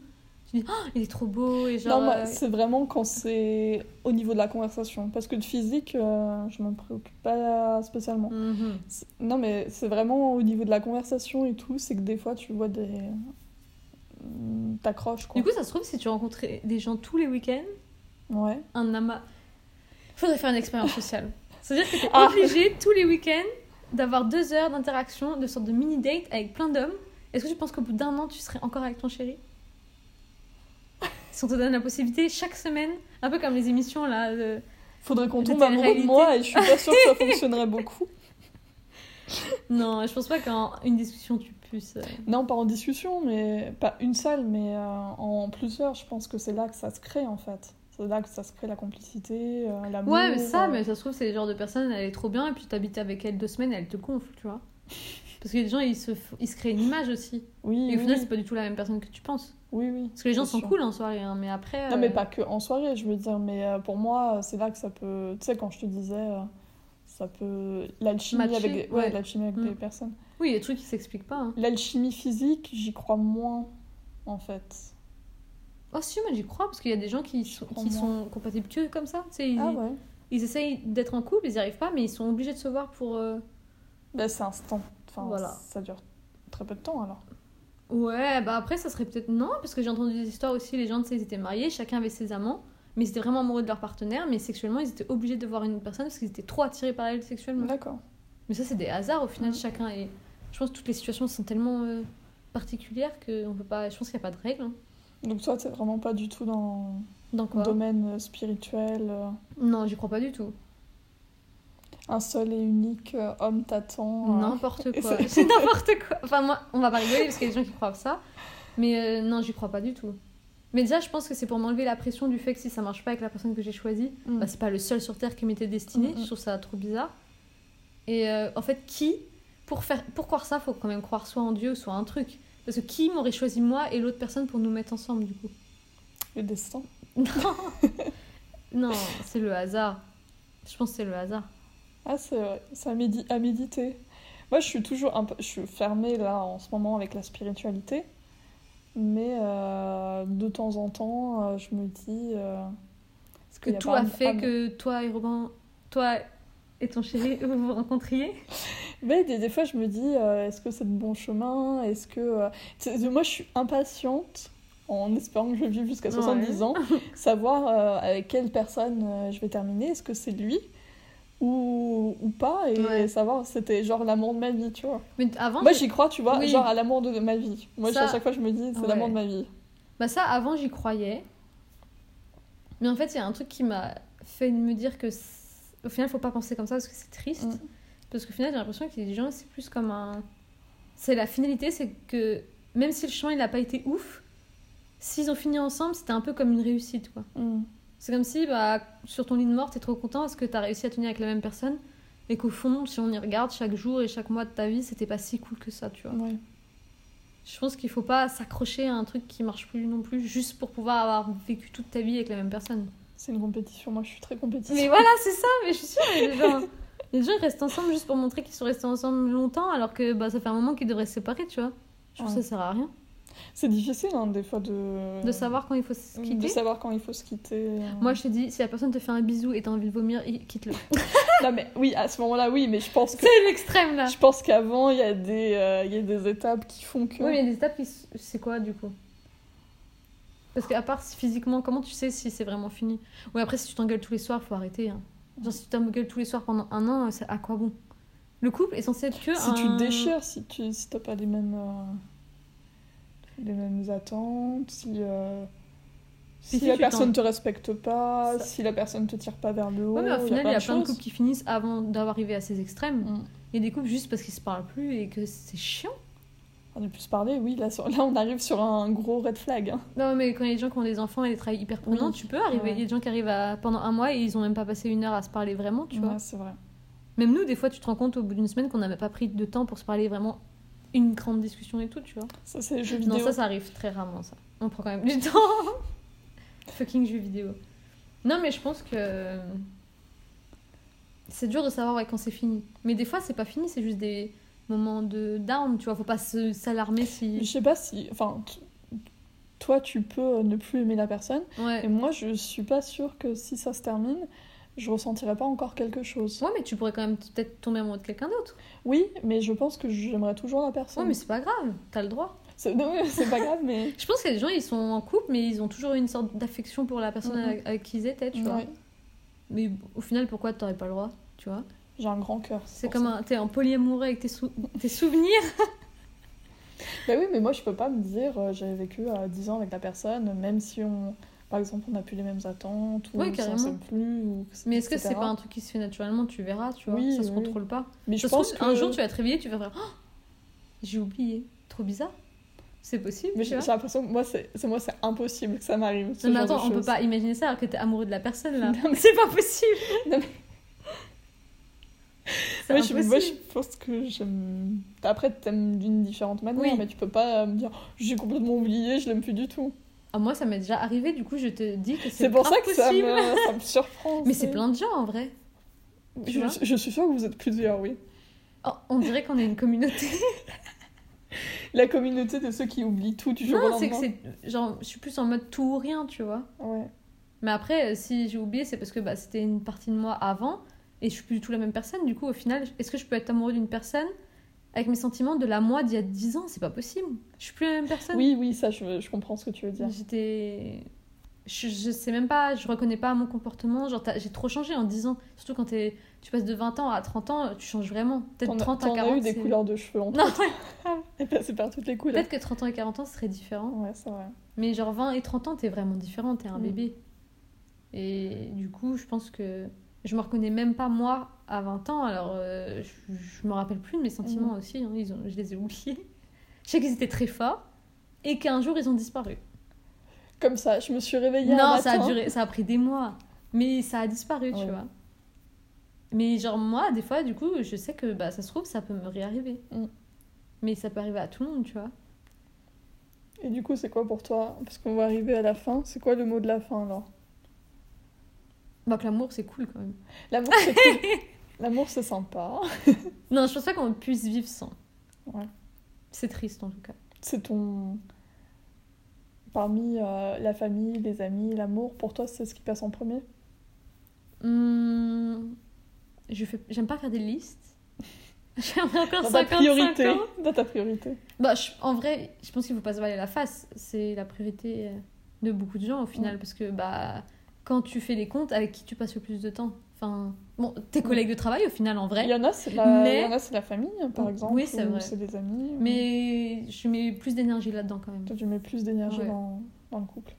Speaker 2: Tu dis, Ah, il est trop beau, et genre.
Speaker 1: Non, moi,
Speaker 2: euh,
Speaker 1: c'est vraiment quand c'est au niveau de la conversation. Parce que de physique, euh, je m'en préoccupe pas spécialement.
Speaker 2: mhm.
Speaker 1: C'est- Non, mais c'est vraiment au niveau de la conversation et tout. C'est que des fois, tu vois des. Mm, T'accroches, quoi.
Speaker 2: Du coup, ça se trouve, si tu rencontrais des gens tous les week-ends,
Speaker 1: ouais.
Speaker 2: un amas. Faudrait faire une expérience sociale. C'est-à-dire que t'es
Speaker 1: Ah.
Speaker 2: obligé tous les week-ends d'avoir deux heures d'interaction, de sorte de mini-date avec plein d'hommes. Est-ce que tu penses qu'au bout d'un an, tu serais encore avec ton chéri Si on te donne la possibilité chaque semaine, un peu comme les émissions là. de-
Speaker 1: Faudrait qu'on
Speaker 2: de
Speaker 1: tombe amoureux de
Speaker 2: télé-réalité.
Speaker 1: moi et je suis pas sûre que ça fonctionnerait beaucoup.
Speaker 2: Non, je pense pas qu'en une discussion tu puisses. euh,
Speaker 1: Non, pas en discussion, mais. Pas une seule, mais euh, en plusieurs. Je pense que c'est là que ça se crée, en fait. C'est là que ça se crée la complicité, euh, l'amour.
Speaker 2: Ouais, mais ça,
Speaker 1: euh,
Speaker 2: mais ça se trouve, c'est le genre de personne, elle est trop bien, et puis t'habites avec elle deux semaines, elle te gonfle, tu vois. Parce que les gens, ils se, f- ils se créent une image aussi.
Speaker 1: Oui,
Speaker 2: Et au
Speaker 1: oui,
Speaker 2: final, c'est pas du tout la même personne que tu penses.
Speaker 1: oui, oui.
Speaker 2: Parce que les gens
Speaker 1: C'est
Speaker 2: sont
Speaker 1: sûr.
Speaker 2: cool en soirée, hein, mais après.
Speaker 1: Non, mais
Speaker 2: euh,
Speaker 1: pas que en soirée, je veux dire, mais euh, pour moi, euh, c'est là que ça peut. Tu sais, quand je te disais, euh, ça peut. L'alchimie
Speaker 2: Matcher,
Speaker 1: avec, des... ouais,
Speaker 2: ouais.
Speaker 1: l'alchimie avec
Speaker 2: Mm.
Speaker 1: des personnes.
Speaker 2: Oui, il y a des trucs qui s'expliquent pas. hein.
Speaker 1: L'alchimie physique, j'y crois moins, en fait.
Speaker 2: Oh, si, moi j'y crois, parce qu'il y a des gens qui, sont,
Speaker 1: crois
Speaker 2: qui
Speaker 1: moins.
Speaker 2: sont compatibles que comme ça. tu sais, Ils,
Speaker 1: Ah ouais
Speaker 2: ils essayent d'être en couple, ils n'y arrivent pas, mais ils sont obligés de se voir pour. euh,
Speaker 1: Bah, c'est instant. Enfin,
Speaker 2: Voilà.
Speaker 1: ça dure très peu de temps alors.
Speaker 2: Ouais, bah après, ça serait peut-être. Non, parce que j'ai entendu des histoires aussi, les gens, tu sais, ils étaient mariés, chacun avait ses amants, mais ils étaient vraiment amoureux de leur partenaire, mais sexuellement, ils étaient obligés de voir une autre personne parce qu'ils étaient trop attirés par elle sexuellement.
Speaker 1: D'accord.
Speaker 2: Mais ça, c'est des hasards au final,
Speaker 1: Mm.
Speaker 2: chacun. Et je pense que toutes les situations sont tellement euh, particulières qu'on peut pas. Je pense qu'il n'y a pas de règle. hein.
Speaker 1: Donc, toi, t'es vraiment pas du tout dans
Speaker 2: Dans
Speaker 1: le
Speaker 2: quoi
Speaker 1: domaine euh, spirituel. euh,
Speaker 2: Non, j'y crois pas du tout.
Speaker 1: Un seul et unique euh, homme t'attend. euh.
Speaker 2: N'importe
Speaker 1: Et
Speaker 2: quoi.
Speaker 1: c'est-
Speaker 2: C'est n'importe quoi. Enfin, moi, on va pas rigoler parce qu'il y a des gens qui croient à ça. Mais euh, non, j'y crois pas du tout. Mais déjà, je pense que c'est pour m'enlever la pression du fait que si ça marche pas avec la personne que j'ai choisie,
Speaker 1: Mm.
Speaker 2: bah, c'est pas le seul sur Terre qui m'était destiné.
Speaker 1: Mm, mm.
Speaker 2: Je trouve ça trop bizarre. Et euh, en fait, qui, pour, faire, pour croire ça, faut quand même croire soit en Dieu, soit un truc. Parce que qui m'aurait choisi moi et l'autre personne pour nous mettre ensemble, du coup
Speaker 1: Le destin.
Speaker 2: Non Non, c'est le hasard. Je pense que c'est le hasard.
Speaker 1: Ah, c'est vrai, c'est à, médi- à méditer. Moi, je suis toujours un peu... Je suis fermée, là, en ce moment, avec la spiritualité. Mais euh, de temps en temps, euh, je me dis... euh, est-ce
Speaker 2: que
Speaker 1: qu'il y a
Speaker 2: tout
Speaker 1: pas
Speaker 2: a
Speaker 1: un-
Speaker 2: fait
Speaker 1: ah,
Speaker 2: que toi et Robin, toi et ton chéri, vous vous rencontriez
Speaker 1: Mais des, des fois, je me dis, euh, est-ce que c'est le bon chemin Est-ce que. euh, tu sais, Moi, je suis impatiente, en espérant que je vive jusqu'à
Speaker 2: Ouais.
Speaker 1: 70 ans, savoir euh, avec quelle personne euh, je vais terminer. Est-ce que c'est lui ou, ou pas Et
Speaker 2: Ouais.
Speaker 1: savoir, c'était genre l'amour de ma vie, tu vois.
Speaker 2: Hein, Mais avant,
Speaker 1: Moi,
Speaker 2: j'ai-
Speaker 1: j'y crois, tu vois,
Speaker 2: Oui.
Speaker 1: genre à l'amour de de ma vie. Moi,
Speaker 2: Ça-
Speaker 1: à chaque fois, je me dis, c'est
Speaker 2: Ouais.
Speaker 1: l'amour de ma vie.
Speaker 2: Bah ça, avant, j'y croyais. Mais en fait, il y a un truc qui m'a fait me dire que... c'est- Au final, faut pas penser comme ça parce que c'est triste.
Speaker 1: Mm.
Speaker 2: Parce qu'au final, j'ai l'impression que les gens, c'est plus comme un... C'est la finalité, c'est que même si le chemin, il n'a pas été ouf, s'ils ont fini ensemble, c'était un peu comme une réussite, quoi. C'est comme si, bah, sur ton lit de mort, t'es trop content parce que t'as réussi à tenir avec la même personne et qu'au fond, si on y regarde, chaque jour et chaque mois de ta vie, c'était pas si cool que ça, tu vois.
Speaker 1: Ouais.
Speaker 2: Je pense qu'il faut pas s'accrocher à un truc qui marche plus non plus juste pour pouvoir avoir vécu toute ta vie avec la même personne.
Speaker 1: C'est une compétition, moi, je suis très compétitive.
Speaker 2: Mais voilà, c'est ça, mais je suis sûre, il y a des gens, il y a des gens, ils restent ensemble juste pour montrer qu'ils sont restés ensemble longtemps alors que bah, ça fait un moment qu'ils devraient se séparer, tu vois. Je trouve
Speaker 1: Ouais.
Speaker 2: que ça sert à rien
Speaker 1: C'est difficile, hein, des fois, de... Mm,
Speaker 2: de savoir quand il faut se
Speaker 1: de
Speaker 2: quitter.
Speaker 1: savoir quand il faut se quitter.
Speaker 2: Moi, je te dis, si la personne te fait un bisou et t'as envie de vomir, il- quitte-le.
Speaker 1: Non, mais oui, à ce moment-là, oui, mais je pense que...
Speaker 2: C'est l'extrême là.
Speaker 1: Je pense qu'avant, il y, a des, euh, il y a des étapes qui font que...
Speaker 2: Oui, mais il y a des étapes qui. s- C'est quoi du coup Parce que, à part si physiquement, comment tu sais si c'est vraiment fini Oui, après, si tu t'engueules tous les soirs, faut arrêter. hein. Genre, si tu t'engueules tous les soirs pendant un an, c'est à quoi bon Le couple est censé être que.
Speaker 1: Si tu
Speaker 2: un-
Speaker 1: te déchires, si tu si t'as pas les mêmes, euh, les mêmes attentes, si, euh, si,
Speaker 2: Si, si,
Speaker 1: la
Speaker 2: tu
Speaker 1: personne
Speaker 2: t'en-
Speaker 1: te respecte pas,
Speaker 2: Ça-
Speaker 1: si la personne te tire Oh, pas vers le haut...
Speaker 2: Ouais, mais au final,
Speaker 1: plein
Speaker 2: il y a
Speaker 1: de
Speaker 2: plein de
Speaker 1: choses.
Speaker 2: couples qui finissent avant d'avoir arrivé à ces extrêmes.
Speaker 1: Mm.
Speaker 2: Il y a des couples juste parce qu'ils se parlent plus et que c'est chiant.
Speaker 1: On a pu se parler, oui, là, sur- là, on arrive sur un gros red flag. hein.
Speaker 2: Non, mais quand il y a des gens qui ont des enfants et des travails hyper prenants,
Speaker 1: Oui.
Speaker 2: tu peux arriver.
Speaker 1: Ouais.
Speaker 2: Il y a des gens qui arrivent à... pendant un mois et ils ont même pas passé une heure à se parler vraiment, tu vois.
Speaker 1: Ouais, c'est vrai.
Speaker 2: Même nous, des fois, tu te rends compte au bout d'une semaine qu'on n'a même pas pris de temps pour se parler vraiment une grande discussion et tout, tu vois.
Speaker 1: Ça, c'est les jeux
Speaker 2: Non,
Speaker 1: vidéo.
Speaker 2: ça, ça arrive très rarement, ça. On prend quand même du temps. Fucking jeux vidéo. Non, mais je pense que. C'est dur de savoir ouais, quand c'est fini. Mais des fois, c'est pas fini, c'est juste des moments de down, tu vois. Faut pas se- s'alarmer
Speaker 1: Je
Speaker 2: si.
Speaker 1: sais pas si... Enfin, t- toi, tu peux euh, ne plus aimer la personne,
Speaker 2: Ouais.
Speaker 1: Et moi, je suis pas sûre que si ça se termine, je ressentirai pas encore quelque chose.
Speaker 2: Ouais, mais tu pourrais quand même peut-être tomber amoureux de quelqu'un d'autre.
Speaker 1: Oui, mais je pense que j'aimerais toujours la
Speaker 2: Ouais,
Speaker 1: personne.
Speaker 2: mais c'est pas grave, t'as le droit.
Speaker 1: C'est non, mais c'est pas grave, mais.
Speaker 2: Je pense que les gens, ils sont en couple, mais ils ont toujours une sorte d'affection pour la personne
Speaker 1: Mhm.
Speaker 2: avec- avec qui ils étaient, tu vois.
Speaker 1: Ouais,
Speaker 2: Mais au final, pourquoi t'aurais pas le droit, tu vois
Speaker 1: J'ai un grand cœur.
Speaker 2: C'est
Speaker 1: pour
Speaker 2: comme
Speaker 1: ça.
Speaker 2: un, t'es en polyamoureux avec tes, sou- tes souvenirs.
Speaker 1: Bah oui, mais moi, je peux pas me dire euh, j'ai vécu euh, 10 ans avec la personne, même si on. Par exemple, on n'a plus les mêmes attentes, ou
Speaker 2: Ouais,
Speaker 1: si on
Speaker 2: carrément.
Speaker 1: s'aime plus, ou.
Speaker 2: Mais est-ce que
Speaker 1: etc.
Speaker 2: c'est pas un truc qui se fait naturellement Tu verras, tu vois,
Speaker 1: Oui,
Speaker 2: ça se
Speaker 1: oui.
Speaker 2: contrôle pas.
Speaker 1: Mais
Speaker 2: Je
Speaker 1: je
Speaker 2: ça pense
Speaker 1: pense
Speaker 2: se
Speaker 1: que.
Speaker 2: trouve, un jour tu vas te réveiller, tu vas faire Oh, j'ai oublié, trop bizarre. C'est possible,
Speaker 1: Mais
Speaker 2: tu
Speaker 1: j'ai
Speaker 2: vois.
Speaker 1: j'ai l'impression que moi, c'est c'est- moi, c'est impossible que ça m'arrive. ce
Speaker 2: Non mais
Speaker 1: genre de
Speaker 2: attends, on peut
Speaker 1: choses.
Speaker 2: pas imaginer ça alors que t'es amoureux de la personne là.
Speaker 1: Non, mais-
Speaker 2: c'est pas possible.
Speaker 1: Non,
Speaker 2: C'est
Speaker 1: Moi je, moi, je
Speaker 2: impossible.
Speaker 1: pense que j'aime. Après, t'aimes d'une différente manière,
Speaker 2: Oui.
Speaker 1: mais tu peux pas euh, me dire j'ai complètement oublié, je l'aime plus du tout.
Speaker 2: Ah, moi ça m'est déjà arrivé, du coup je te dis que c'est
Speaker 1: C'est pour ça
Speaker 2: grave
Speaker 1: que ça
Speaker 2: possible.
Speaker 1: me, ça me surprend.
Speaker 2: Mais c'est plein de gens en vrai. tu
Speaker 1: Je,
Speaker 2: vois.
Speaker 1: je suis sûre que vous êtes plusieurs, oui.
Speaker 2: Oh, on dirait qu'on est une communauté.
Speaker 1: La communauté de ceux qui oublient tout du jour au
Speaker 2: non, c'est que
Speaker 1: lendemain.
Speaker 2: c'est genre je suis plus en mode tout ou rien, tu vois.
Speaker 1: Ouais.
Speaker 2: Mais après, euh, si j'ai oublié, c'est parce que bah, c'était une partie de moi avant et je suis plus du tout la même personne. Du coup, au final, est-ce que je peux être amoureux d'une personne avec mes sentiments de la moi d'il y a 10 ans C'est pas possible. Je suis plus la même personne.
Speaker 1: Oui, oui, ça, je, je comprends ce que tu veux dire.
Speaker 2: J'étais. Je, je sais même pas, je reconnais pas mon comportement. Genre, t'as- j'ai trop changé en 10 ans. Surtout quand t'es- tu passes de 20 ans à 30 ans, tu changes vraiment. Peut-être
Speaker 1: T'en as-
Speaker 2: 30 à
Speaker 1: t'en
Speaker 2: 40.
Speaker 1: as eu des
Speaker 2: c'est-
Speaker 1: couleurs de cheveux, on
Speaker 2: Non,
Speaker 1: est passé par toutes les couleurs.
Speaker 2: peut-être que 30 ans et 40 ans, ce serait différent.
Speaker 1: Ouais, c'est vrai.
Speaker 2: Mais genre 20 et 30 ans, t'es vraiment différent, t'es un
Speaker 1: Mm.
Speaker 2: bébé. Et du coup, je pense que je me reconnais même pas moi à 20 ans, alors euh, je, je me rappelle plus de mes
Speaker 1: Mm.
Speaker 2: sentiments aussi, hein, ils ont, je les ai oubliés. Je sais qu'ils étaient très forts et qu'un jour ils ont disparu.
Speaker 1: Comme ça, je me suis réveillée un
Speaker 2: non,
Speaker 1: matin.
Speaker 2: ça a duré, ça a pris des mois, mais ça a disparu, tu
Speaker 1: Ouais.
Speaker 2: vois. Mais genre moi, des fois, du coup, je sais que bah, ça se trouve, ça peut me réarriver.
Speaker 1: Mm.
Speaker 2: Mais ça peut arriver à tout le monde, tu vois.
Speaker 1: Et du coup, c'est quoi pour toi Parce qu'on va arriver à la fin. C'est quoi le mot de la fin, alors
Speaker 2: Bah que l'amour, c'est cool quand même.
Speaker 1: L'amour, c'est cool. L'amour, c'est sympa.
Speaker 2: Non, je pense pas qu'on puisse vivre sans.
Speaker 1: Ouais.
Speaker 2: C'est triste en tout cas.
Speaker 1: C'est ton. Parmi euh, la famille, les amis, l'amour, pour toi, c'est ce qui passe en premier
Speaker 2: Hum, Je fais... J'aime pas faire des listes. J'aimerais encore
Speaker 1: Dans ta
Speaker 2: 55
Speaker 1: priorité.
Speaker 2: ans.
Speaker 1: Dans ta priorité.
Speaker 2: Bah, je- en vrai, je pense qu'il faut pas se voiler la face. C'est la priorité euh, de beaucoup de gens au final, parce que bah, quand tu fais les comptes, avec qui tu passes le plus de temps Enfin, bon, tes collègues de travail au final, en vrai.
Speaker 1: Il y en a, c'est la...
Speaker 2: Mais-
Speaker 1: il y en a, c'est la famille, par
Speaker 2: Oui,
Speaker 1: exemple.
Speaker 2: c'est
Speaker 1: ou
Speaker 2: vrai.
Speaker 1: C'est des amis. ou-
Speaker 2: Mais je mets plus d'énergie là-dedans quand même.
Speaker 1: Toi, tu mets plus d'énergie
Speaker 2: Ouais.
Speaker 1: dans... dans le couple.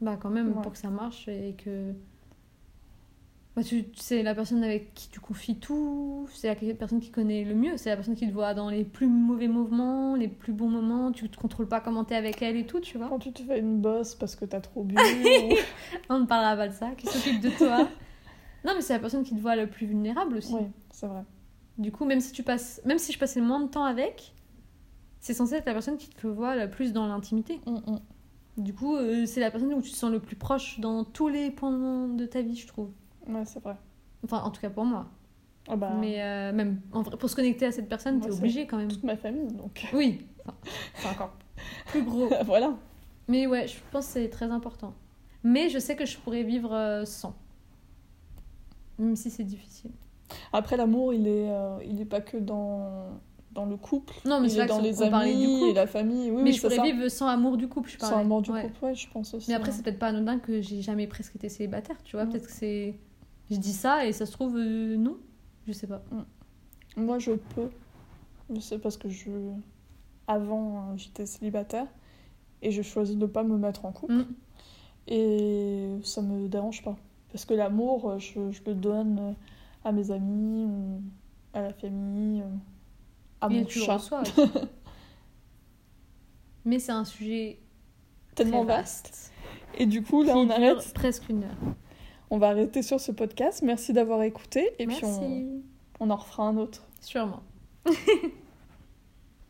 Speaker 2: Bah, quand même,
Speaker 1: Ouais.
Speaker 2: pour que ça marche et que. Bah, tu, c'est la personne avec qui tu confies tout, c'est la personne qui connaît le mieux, c'est la personne qui te voit dans les plus mauvais mouvements, les plus bons moments, tu te contrôles pas comment t'es avec elle et tout, tu vois.
Speaker 1: Quand tu te fais une bosse parce que t'as trop bu, ou-
Speaker 2: On ne parlera pas de ça, qui s'occupe de toi. non, mais c'est la personne qui te voit le plus vulnérable aussi.
Speaker 1: oui, c'est vrai.
Speaker 2: Du coup, même si tu passes, même si je passais le moins de temps avec, c'est censé être la personne qui te voit le plus dans l'intimité.
Speaker 1: Mm, mm.
Speaker 2: Du coup, euh, c'est la personne où tu te sens le plus proche dans tous les points de ta vie, je trouve.
Speaker 1: Ouais, c'est vrai.
Speaker 2: Enfin, en tout cas pour moi.
Speaker 1: Ah bah,
Speaker 2: Mais euh, même en vrai, pour se connecter à cette personne,
Speaker 1: Moi,
Speaker 2: t'es
Speaker 1: c'est-
Speaker 2: obligé quand même.
Speaker 1: toute ma famille, donc
Speaker 2: Oui. Enfin, c'est encore plus gros.
Speaker 1: voilà.
Speaker 2: Mais ouais, je pense que c'est très important. Mais je sais que je pourrais vivre euh, sans. Même si c'est difficile.
Speaker 1: Après, l'amour, il est, euh, il est pas que dans, dans le couple.
Speaker 2: Non, mais
Speaker 1: il
Speaker 2: c'est
Speaker 1: est
Speaker 2: vrai
Speaker 1: dans
Speaker 2: que
Speaker 1: les
Speaker 2: on parlait du
Speaker 1: amis
Speaker 2: couple.
Speaker 1: et la famille. Oui,
Speaker 2: mais
Speaker 1: oui,
Speaker 2: je
Speaker 1: c'est
Speaker 2: pourrais
Speaker 1: ça.
Speaker 2: vivre sans amour du couple, je
Speaker 1: Sans
Speaker 2: parlais.
Speaker 1: amour du
Speaker 2: Ouais.
Speaker 1: couple, ouais, je pense aussi.
Speaker 2: Mais après,
Speaker 1: hein.
Speaker 2: c'est peut-être pas anodin que j'ai jamais presque été célibataire, tu vois.
Speaker 1: Mm.
Speaker 2: Peut-être que c'est. Je dis ça et ça se trouve, euh, non. Je sais pas.
Speaker 1: Moi, je peux. Mais c'est parce que je. Avant, hein, j'étais célibataire et je choisis de pas me mettre en couple.
Speaker 2: Mm.
Speaker 1: Et ça me dérange pas. Parce que l'amour, euh, je, je le donne euh, à mes amis, ou à la famille, euh, à
Speaker 2: Et
Speaker 1: mon
Speaker 2: tu le
Speaker 1: chat.
Speaker 2: reçois aussi. Mais c'est un sujet
Speaker 1: Tellement
Speaker 2: très
Speaker 1: vaste. Et du coup, là,
Speaker 2: qui
Speaker 1: on
Speaker 2: dure
Speaker 1: arrête.
Speaker 2: presque une heure.
Speaker 1: On va arrêter sur ce podcast. Merci d'avoir écouté. Et
Speaker 2: Merci.
Speaker 1: puis, on, on en refera un autre.
Speaker 2: Sûrement.